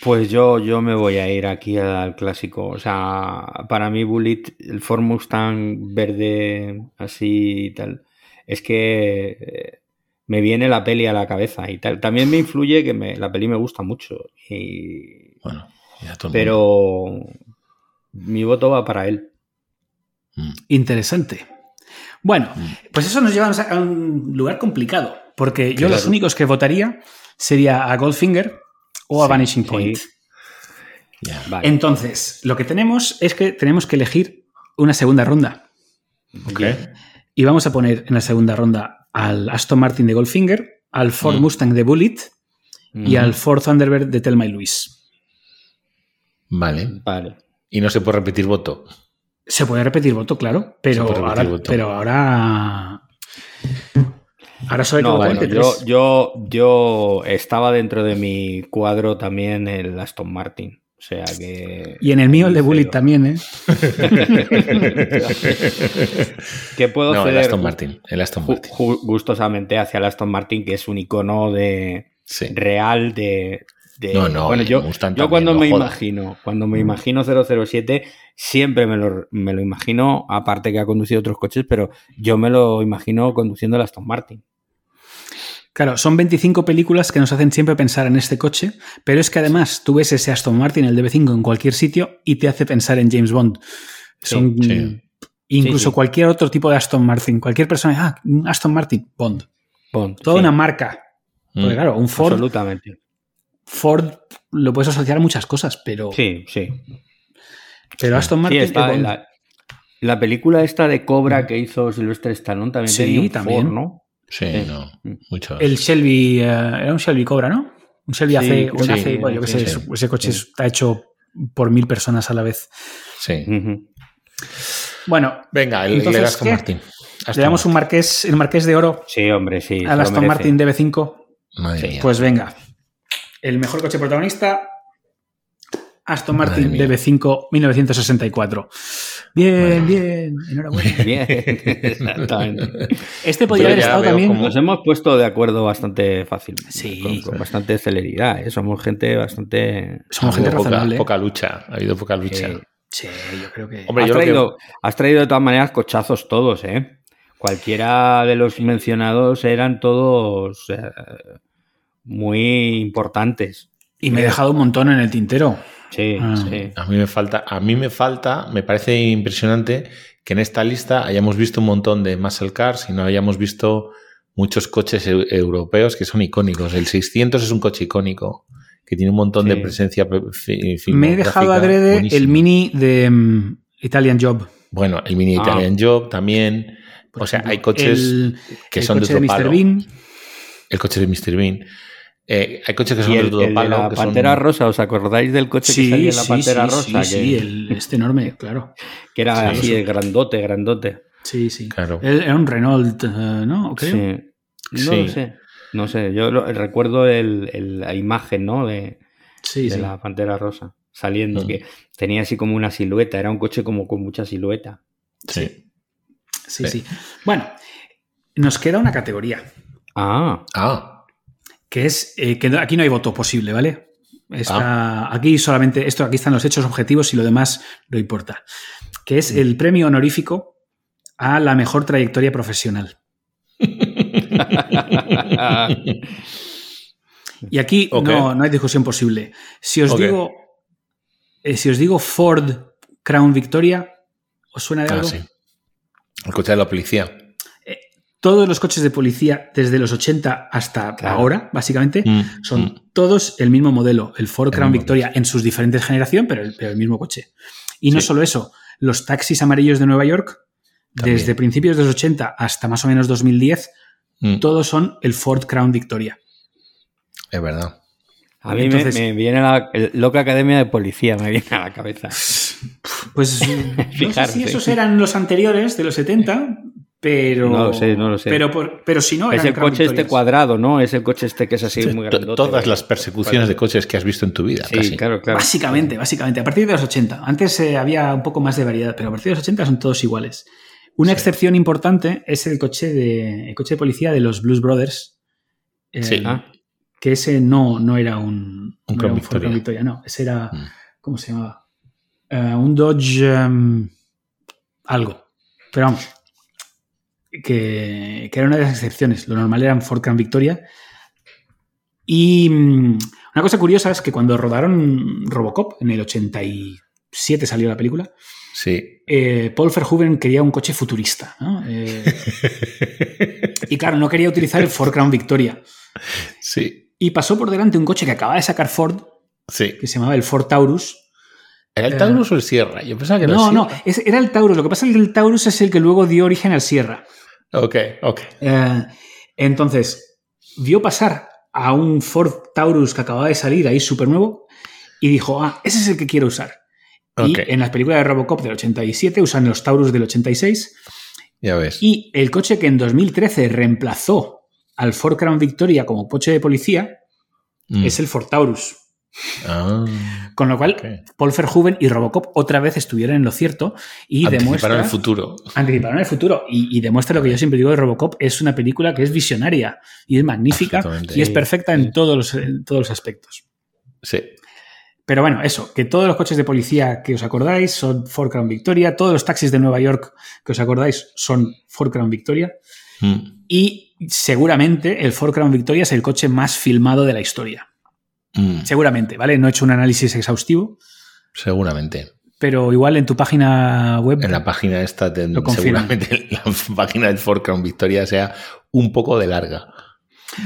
S3: Pues yo, yo me voy a ir aquí al clásico. O sea, para mí Bullet, el Ford Mustang verde así y tal, es que eh, me viene la peli a la cabeza y tal. También me influye que me, la peli me gusta mucho. Y,
S1: bueno, ya
S3: pero mi voto va para él.
S2: Mm. Interesante. Bueno, mm. pues eso nos lleva a un lugar complicado, porque yo claro. los únicos que votaría sería a Goldfinger o a sí, Vanishing Point. Sí. Yeah, vale. Entonces, lo que tenemos es que tenemos que elegir una segunda ronda.
S1: Okay.
S2: Y vamos a poner en la segunda ronda al Aston Martin de Goldfinger, al Ford mm. Mustang de Bullet mm. y al Ford Thunderbird de Telma y Luis.
S1: Vale.
S3: Vale.
S1: Y no se puede repetir voto.
S2: Se puede repetir voto, claro, pero ahora, voto. pero ahora. Ahora solo
S3: no, bueno, yo, yo, yo, estaba dentro de mi cuadro también el Aston Martin. O sea que.
S2: Y en el mío el de Bullet también, ¿eh?
S3: que puedo
S1: no, el Aston Martin. El Aston Martin.
S3: Gustosamente hacia el Aston Martin, que es un icono de. Sí. real de, de,
S1: no, no,
S3: bueno, yo, yo también, cuando no me joda. imagino, cuando
S2: Mm.
S3: me imagino 007, siempre me lo, me lo, imagino, aparte que ha conducido otros coches, pero yo me lo imagino conduciendo el Aston Martin.
S2: Claro, son 25 películas que nos hacen siempre pensar en este coche, pero es que además tú ves ese Aston Martin, el DB5, en cualquier sitio y te hace pensar en James Bond. Son sí, sí. incluso cualquier otro tipo de Aston Martin, cualquier persona, ah, Aston Martin, Bond. Bond Toda una marca.
S1: Mm.
S3: Mm.
S2: Porque pues claro, un Ford.
S3: Absolutamente.
S2: Ford lo puedes asociar a muchas cosas, pero.
S3: Sí, sí.
S2: Pero Aston Martin.
S3: Sí, está la, la, película esta de Cobra que hizo Silvestre Stallone también
S2: Mm. sí,
S3: tenía un
S2: también.
S3: Ford, ¿no?
S1: Sí, sí. no. Muchas.
S2: Eh, mm. El Shelby. Uh, era un Shelby Cobra, ¿no? Un Shelby AC. Sí, un AC bueno, yo qué sé, ese coche está hecho por mil personas a la vez.
S1: Sí.
S2: Mm.
S1: Uh -huh.
S2: Bueno.
S1: Venga, el, entonces, el Aston ¿qué? Martin. Aston
S2: Le damos un marqués, el marqués de oro.
S3: Sí, hombre, sí.
S2: Al Aston Martin DB5. Sí, pues venga. El mejor coche protagonista, Aston Martin DB5 1964. Bien, bueno. bien, enhorabuena.
S3: Bien, exactamente.
S2: Este podría haber estado también.
S3: Como... Nos hemos puesto de acuerdo bastante fácil.
S2: Sí.
S3: Con, con bastante celeridad. ¿eh? Somos gente bastante.
S2: Somos gente
S1: poca,
S2: razonable.
S1: poca lucha. Ha habido poca lucha.
S2: Sí, sí yo creo que.
S3: Hombre, has, yo traído, que... has traído de todas maneras cochazos todos, ¿eh? cualquiera de los mencionados eran todos eh, muy importantes.
S2: Y me he dejado un montón en el tintero.
S3: Sí, ah. sí,
S1: A mí me falta, a mí me falta, me parece impresionante que en esta lista hayamos visto un montón de muscle cars y no hayamos visto muchos coches e europeos que son icónicos. El 600 es un coche icónico que tiene un montón sí. de presencia.
S2: Me he dejado adrede buenísimo. el mini de um, Italian Job.
S1: Bueno, el mini de ah. Italian Job también. O sea, hay coches el, que
S2: el
S1: son
S2: coche
S1: de otro
S2: de Mr.
S1: palo.
S2: Bean.
S1: El coche de Mr. Bean. Eh, hay coches que son el, de otro palo.
S3: la
S1: que
S3: Pantera
S1: son...
S3: Rosa, ¿os acordáis del coche
S2: sí,
S3: que salía en la
S2: sí,
S3: Pantera
S2: sí,
S3: Rosa?
S2: Sí, que... el, este enorme, claro.
S3: Que era así, el grandote, grandote.
S2: Sí, sí.
S1: Claro.
S2: Era un Renault, uh, ¿no?
S3: Creo. No lo sé. No sé, yo lo, recuerdo la imagen, ¿no? De, de la Pantera Rosa saliendo, mm. que tenía así como una silueta, era un coche como con mucha silueta.
S1: sí.
S2: Sí, sí, sí. Bueno, nos queda una categoría.
S3: Ah.
S1: Ah.
S2: Que es eh, que aquí no hay voto posible, ¿vale? Está, ah. Aquí solamente, esto aquí están los hechos objetivos y lo demás no importa. Que es sí. el premio honorífico a la mejor trayectoria profesional. y aquí okay. no, no, hay discusión posible. Si os okay. digo, eh, si os digo Ford Crown Victoria, ¿os suena de
S1: ah,
S2: algo?
S1: Sí. El coche de la policía.
S2: Eh, todos los coches de policía, desde los 80 hasta claro. ahora, básicamente, mm, son mm. todos el mismo modelo, el Ford el Crown Victoria, coche. en sus diferentes generaciones, pero el, pero el mismo coche. Y sí. no solo eso, los taxis amarillos de Nueva York, También. desde principios de los 80 hasta más o menos 2010, mm. todos son el Ford Crown Victoria.
S1: Es verdad.
S3: A mí Entonces, me, me, viene la loca academia de policía, me viene a la cabeza.
S2: Pues no sé si esos eran los anteriores de los 70, pero.
S3: eh. No lo sé, no lo sé.
S2: Pero, por, pero si no.
S3: Es el coche
S2: victorias.
S3: este cuadrado, ¿no? Es el coche este que es así sí, muy grande.
S1: Todas las persecuciones cuadrado. de coches que has visto en tu vida.
S3: Sí, casi. claro,
S2: Ah,
S3: claro.
S2: Básicamente, básicamente. A partir de los 80. Antes eh, había un poco más de variedad, pero a partir de los 80 son todos iguales. Una sí. excepción importante es el coche de el coche de policía de los Blues Brothers.
S1: Eh, sí. Ah
S2: que ese no, no era un,
S1: un,
S2: no era un Ford Victoria, no, ese era, mm. ¿cómo se llamaba? Uh, un Dodge um, algo, pero vamos, que, que, era una de las excepciones, lo normal era un Ford Crown Victoria. Y um, una cosa curiosa es que cuando rodaron Robocop, en el 87 salió la película,
S1: Sí.
S2: Eh, Paul Verhoeven quería un coche futurista. ¿no? Eh, y claro, no quería utilizar el Ford Crown Victoria.
S1: Sí.
S2: Y pasó por delante un coche que acaba de sacar Ford,
S1: sí.
S2: que se llamaba el Ford Taurus.
S1: ¿Era el Taurus eh, o el Sierra? Yo pensaba que
S2: era
S1: no,
S2: el No, es, era el Taurus. Lo que pasa es que el Taurus es el que luego dio origen al Sierra. Eh,
S1: Ok, ok.
S2: entonces, vio pasar a un Ford Taurus que acababa de salir ahí súper nuevo y dijo, ah, ese es el que quiero usar Okay. Y en las películas de Robocop del 87 usan los Taurus del 86.
S1: Ya ves.
S2: Y el coche que en 2013 reemplazó al Ford Crown Victoria como coche de policía mm. es el Ford Taurus.
S1: Ah,
S2: Con lo cual, okay. Paul Verhoeven y Robocop otra vez estuvieron en lo cierto y
S1: anticiparon el futuro.
S2: Anticiparon el futuro y, y demuestra lo que yo siempre digo de Robocop: es una película que es visionaria y es magnífica y es perfecta en todos los, en todos los aspectos.
S1: Sí.
S2: Pero bueno, eso, que todos los coches de policía que os acordáis son Ford Crown Victoria, todos los taxis de Nueva York que os acordáis son Ford Crown Victoria
S1: mm.
S2: y seguramente el Ford Crown Victoria es el coche más filmado de la historia.
S1: Mm.
S2: Seguramente, ¿vale? No he hecho un análisis exhaustivo.
S1: Seguramente.
S2: Pero igual en tu página web.
S1: En la página esta, te, seguramente la página del Ford Crown Victoria sea un poco de larga.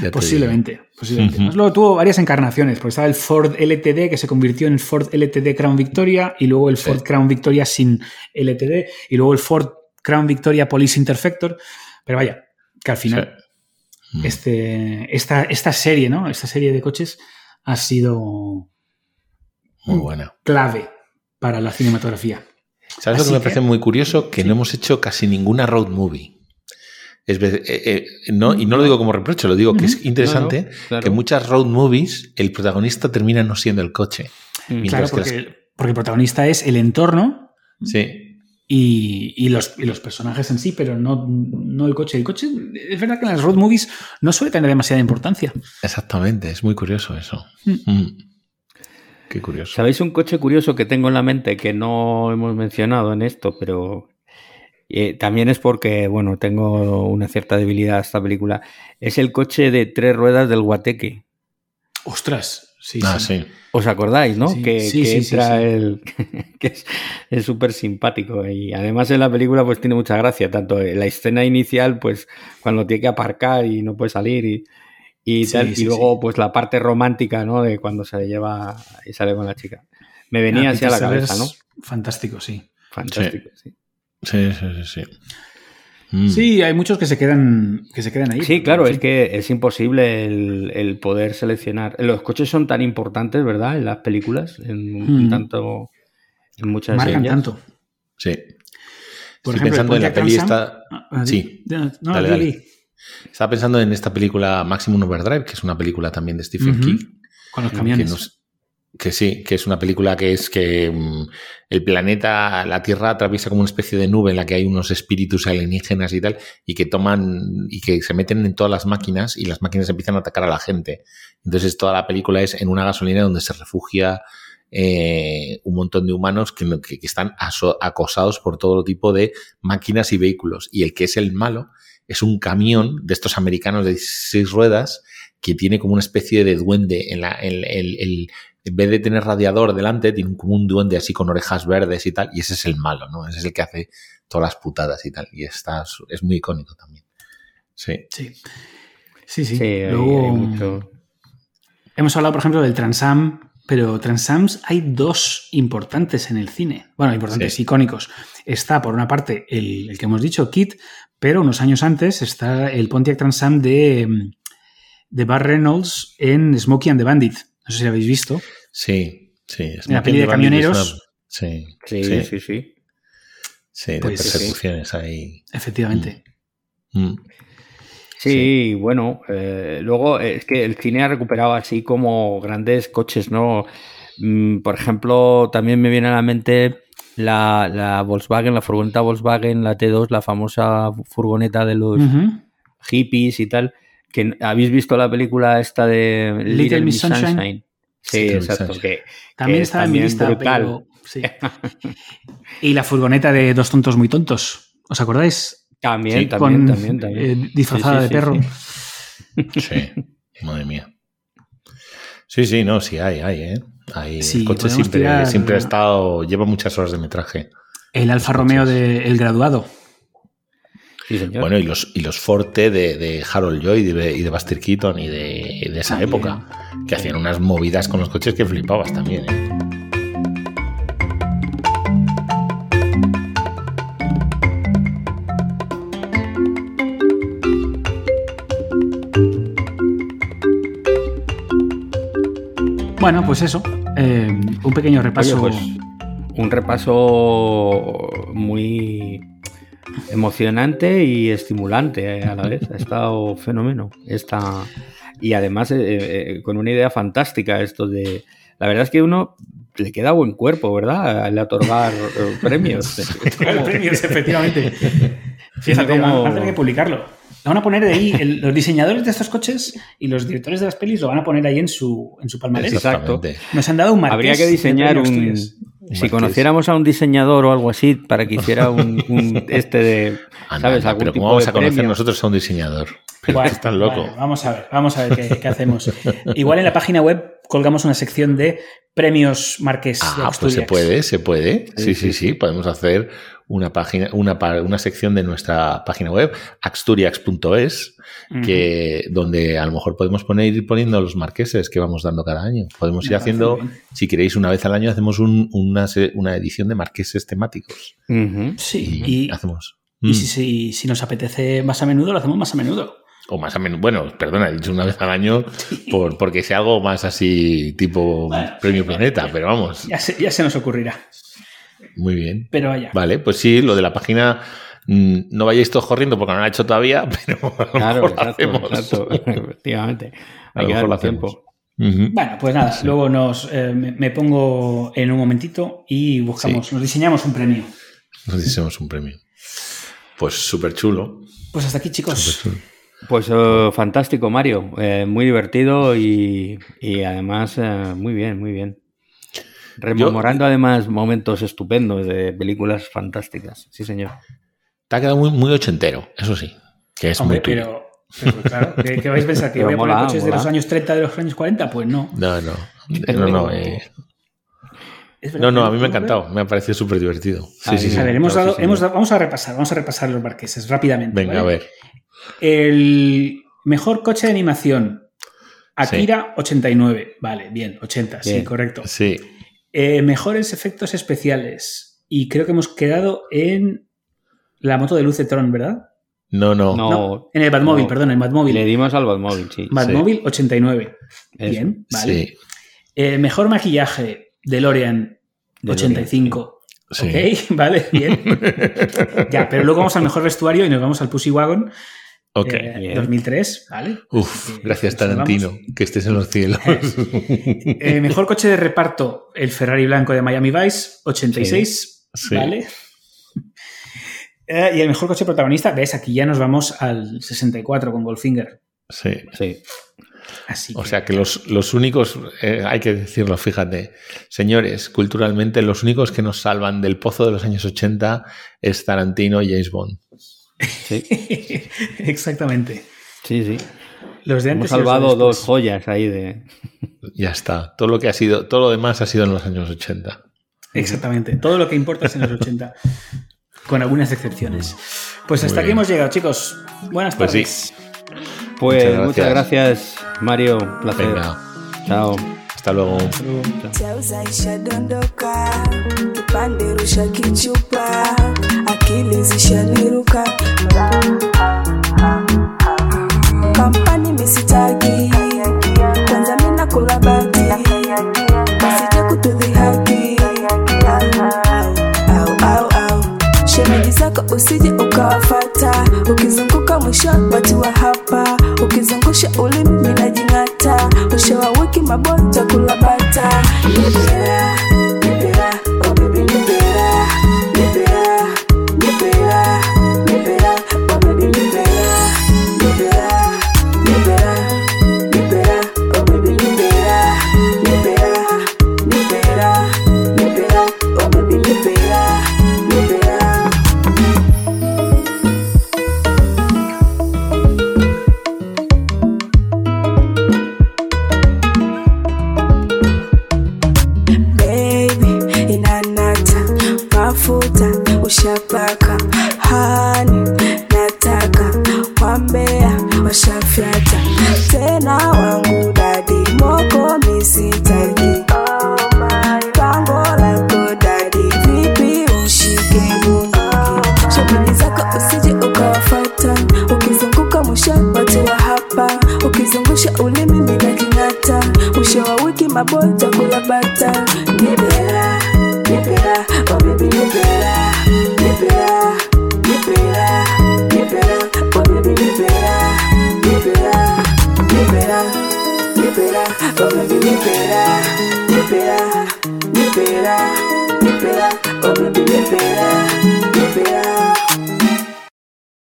S2: Ya posiblemente, posiblemente. Uh -huh. pues luego tuvo varias encarnaciones, porque estaba el Ford LTD que se convirtió en el Ford LTD Crown Victoria y luego el Ford sí. Crown Victoria sin LTD y luego el Ford Crown Victoria Police Interfector. Pero vaya, que al final sí.
S1: Mm.
S2: este, esta, esta serie, ¿no? Esta serie de coches ha sido
S1: muy buena.
S2: clave para la cinematografía.
S1: ¿Sabes Así lo que me parece que, muy curioso? Que sí. no hemos hecho casi ninguna road movie. Es, eh, eh, no, y no lo digo como reproche, lo digo uh -huh. que es interesante claro, claro. que en muchas road movies el protagonista termina no siendo el coche.
S2: Mm, claro, porque, las... porque, el protagonista es el entorno
S1: sí.
S2: y, y, los, y los personajes en sí, pero no, no, el coche. El coche es verdad que en las road movies no suele tener demasiada importancia.
S1: Exactamente, es muy curioso eso. Mm. Mm. Qué curioso.
S3: ¿Sabéis un coche curioso que tengo en la mente que no hemos mencionado en esto, pero eh, también es porque, bueno, tengo una cierta debilidad a esta película. Es el coche de tres ruedas del Guateque.
S2: ¡Ostras! Sí,
S1: ah, sí. sí.
S3: ¿Os acordáis, no? Sí, que, sí, que entra el. que es súper simpático. Y además en la película, pues tiene mucha gracia. Tanto en la escena inicial, pues cuando tiene que aparcar y no puede salir y. y tal, y luego, pues la parte romántica, ¿no? De cuando se le lleva y sale con la chica. Me venía así a la cabeza, ¿no?
S2: Ah, Fantástico, sí.
S3: Fantástico, sí.
S1: Sí, sí, sí.
S2: Sí. Mm. sí, hay muchos que se quedan, que se quedan ahí.
S3: Sí, claro, sí. es que es imposible el, el, poder seleccionar. Los coches son tan importantes, ¿verdad? En las películas, en mm. tanto, en muchas
S2: Hmm. Marcan de ellas. tanto.
S1: Sí. Por Estoy ejemplo, pensando en la peli esta. Ah, sí.
S2: No, dale, dale.
S1: Estaba pensando en esta película Maximum Overdrive, que es una película también de Stephen uh -huh. King.
S2: Con los camiones.
S1: Que nos, que sí, que es una película que es que mm, el planeta, la Tierra atraviesa como una especie de nube en la que hay unos espíritus alienígenas y tal, y que toman y que se meten en todas las máquinas y las máquinas empiezan a atacar a la gente. Entonces toda la película es en una gasolina donde se refugia eh, un montón de humanos que, que, que están aso acosados por todo tipo de máquinas y vehículos. Y el que es el malo es un camión de estos americanos de seis ruedas que tiene como una especie de duende en la, el, el, el en vez de tener radiador delante, tiene como un duende así con orejas verdes y tal, y ese es el malo, ¿no? Ese es el que hace todas las putadas y tal, y está, es muy icónico también. Sí.
S2: Sí, sí. sí. sí Luego, hay mucho... Hemos hablado, por ejemplo, del Transam, pero Transams hay dos importantes en el cine. Bueno, importantes, sí. icónicos. Está, por una parte, el, el, que hemos dicho, Kit, pero unos años antes está el Pontiac Transam de, de Bar Reynolds en Smokey and the Bandit. No sé si lo habéis visto.
S1: Sí, sí.
S2: En la peli de camioneros.
S1: Sí,
S3: sí, sí, sí. Sí,
S1: sí de pues, persecuciones sí. ahí.
S2: Efectivamente.
S1: Mm. Mm.
S3: Sí, sí, bueno, eh, luego es que el cine ha recuperado así como grandes coches, ¿no? Mm, por ejemplo, también me viene a la mente la, la, Volkswagen, la furgoneta Volkswagen, la T2, la famosa furgoneta de
S2: pues
S3: los -hmm. hippies y tal que habéis visto la película esta de
S2: Little, Little Miss Sunshine. Sunshine.
S3: Sí, Little exacto. Sunshine. Que,
S2: también
S3: que
S2: está también en mi lista, pero, sí. y la furgoneta de Dos Tontos Muy Tontos. ¿Os acordáis?
S3: También, sí, también,
S2: con,
S3: también, también.
S2: Eh, disfrazada sí, de perro.
S1: Sí. madre mía. Sí, sí, no, sí hay, hay, ¿eh? Hay, el coche siempre, tirar, siempre ha estado, lleva muchas horas de metraje.
S2: El Alfa Los Romeo del de Graduado.
S1: Sí, bueno, y los, y los Forte de, de Harold Joy y de, y de Buster Keaton y de, y de esa también. época, que hacían unas movidas con los coches que flipabas también. ¿eh?
S2: Bueno, pues eso. Eh, un pequeño repaso. Oye, pues,
S3: un repaso muy emocionante y estimulante eh, a la vez. Ha estado fenómeno. Esta... Y además eh, eh, con una idea fantástica esto de... La verdad es que uno le queda buen cuerpo, ¿verdad? Al otorgar eh, premios.
S2: Otorgar premios, efectivamente. Fíjate, como... van a tener que publicarlo. Lo van a poner de ahí. El, los diseñadores de estos coches y los directores de las pelis lo van a poner ahí en su, en su palmarés.
S3: Exacto.
S2: Nos han dado un marqués.
S3: Habría que diseñar un... Si marqués. conociéramos a un diseñador o algo así para que hiciera un, un este de...
S1: Anda, ¿sabes? Algún pero tipo ¿cómo vamos de a conocer premio? nosotros a un diseñador? Pero bueno, estás loco. Bueno,
S2: vamos a ver, vamos a ver qué, qué hacemos. Igual en la página web colgamos una sección de premios Marqués.
S1: Ah, de pues se puede, se puede. Sí sí, sí, sí, sí. Podemos hacer una página, una, una sección de nuestra página web, axturiax.es, uh -huh. que donde a lo mejor podemos poner, ir poniendo los marqueses que vamos dando cada año. Podemos Me ir haciendo, bien. si queréis, una vez al año hacemos un, una, una, edición de marqueses temáticos.
S2: Uh -huh. Sí.
S1: Y, y, hacemos.
S2: Y mm. si, si, si nos apetece más a menudo, lo hacemos más a menudo
S1: o más a menos, bueno, perdona, he dicho una vez al año, por, porque sea algo más así tipo bueno, Premio Planeta, pero vamos.
S2: Ya se, ya se, nos ocurrirá.
S1: Muy bien.
S2: Pero vaya.
S1: Vale, pues sí, lo de la página, mm, no vayáis todos corriendo porque no la he hecho todavía, pero a lo
S3: claro, mejor exacto, hacemos. Exacto, efectivamente.
S1: Hay a lo que mejor lo tiempo.
S2: Uh -huh. Bueno, pues nada, sí. luego nos, eh, me, me, pongo en un momentito y buscamos, sí. nos diseñamos un premio.
S1: Nos diseñamos un premio. Pues súper chulo.
S2: Pues hasta aquí, chicos.
S3: Pues oh, fantástico, Mario. Eh, muy divertido y, y además eh, muy bien, muy bien. Rememorando Yo, además momentos estupendos de películas fantásticas. Sí, señor.
S1: Te ha quedado muy, muy ochentero, eso sí. Que es
S2: Hombre,
S1: muy tuyo.
S2: pero, pero claro, ¿qué, ¿qué, vais a pensar? ¿Que pero voy a poner mola, coches mola. de los años 30, de los años 40? Pues no.
S1: No, no. No, no. Eh. No, no, a mí me ha encantado, me ha parecido súper divertido. Sí, sí, sí,
S2: a ver, hemos dado, hemos dado, vamos a repasar, vamos a repasar los marqueses rápidamente.
S1: Venga,
S2: ¿vale?
S1: a ver.
S2: El mejor coche de animación. Akira sí. 89. Vale, bien, 80, bien, sí, correcto.
S1: Sí.
S2: Eh, mejores efectos especiales. Y creo que hemos quedado en la moto de luz de Tron, ¿verdad?
S1: No, no.
S2: no, no en el Batmóvil, no. perdón, en Batmóvil.
S3: Le dimos al Batmóvil, sí.
S2: Batmóvil sí. 89. Eso. Bien, vale. Sí. Eh, mejor maquillaje, DeLorean, DeLorean 85. Ok, vale, bien. ya, pero luego vamos al mejor vestuario y nos vamos al Pussy Wagon.
S1: Ok.
S2: Eh, 2003, ¿vale?
S1: Uf, eh, gracias Tarantino, vamos. que estés en los cielos.
S2: Eh, mejor coche de reparto, el Ferrari blanco de Miami Vice, 86, sí, sí. ¿vale? Eh, y el mejor coche protagonista, ves, aquí ya nos vamos al 64 con Goldfinger.
S1: Sí.
S3: Sí.
S1: Así o que... sea que los, los únicos, eh, hay que decirlo, fíjate, señores, culturalmente los únicos que nos salvan del pozo de los años 80 es Tarantino y James Bond.
S2: Sí. Exactamente.
S3: Sí, sí.
S2: Los de
S3: antes Hemos salvado dos joyas ahí de.
S1: Ya está. Todo lo que ha sido, todo lo demás ha sido en los años 80.
S2: Exactamente. Todo lo que importa es en los 80. con algunas excepciones. Pues hasta aquí hemos llegado, chicos. Buenas
S1: pues
S2: tardes.
S1: Sí.
S3: Pues muchas gracias, muchas gracias Mario. Un placer. Venga. Chao.
S1: Hasta luego.
S4: Chauzaisha dondoka kipande rusha kichupa akili zishaniruka kampani misitagi kwanza mina kulabati basije kutudhihaki shemeji zako usije ukawafata ukizunguka mwisho watu wa hapa ukizungusha ulimi minajing'ata mwisho wa wiki mabonja kulabata nipera nipera oh baby nipera nipera nipera nipera oh baby nipera nipera nipera nipera oh baby nipera nipera nipera nipera oh baby nipera nipera nipera, wamenipeera, nipera, nipera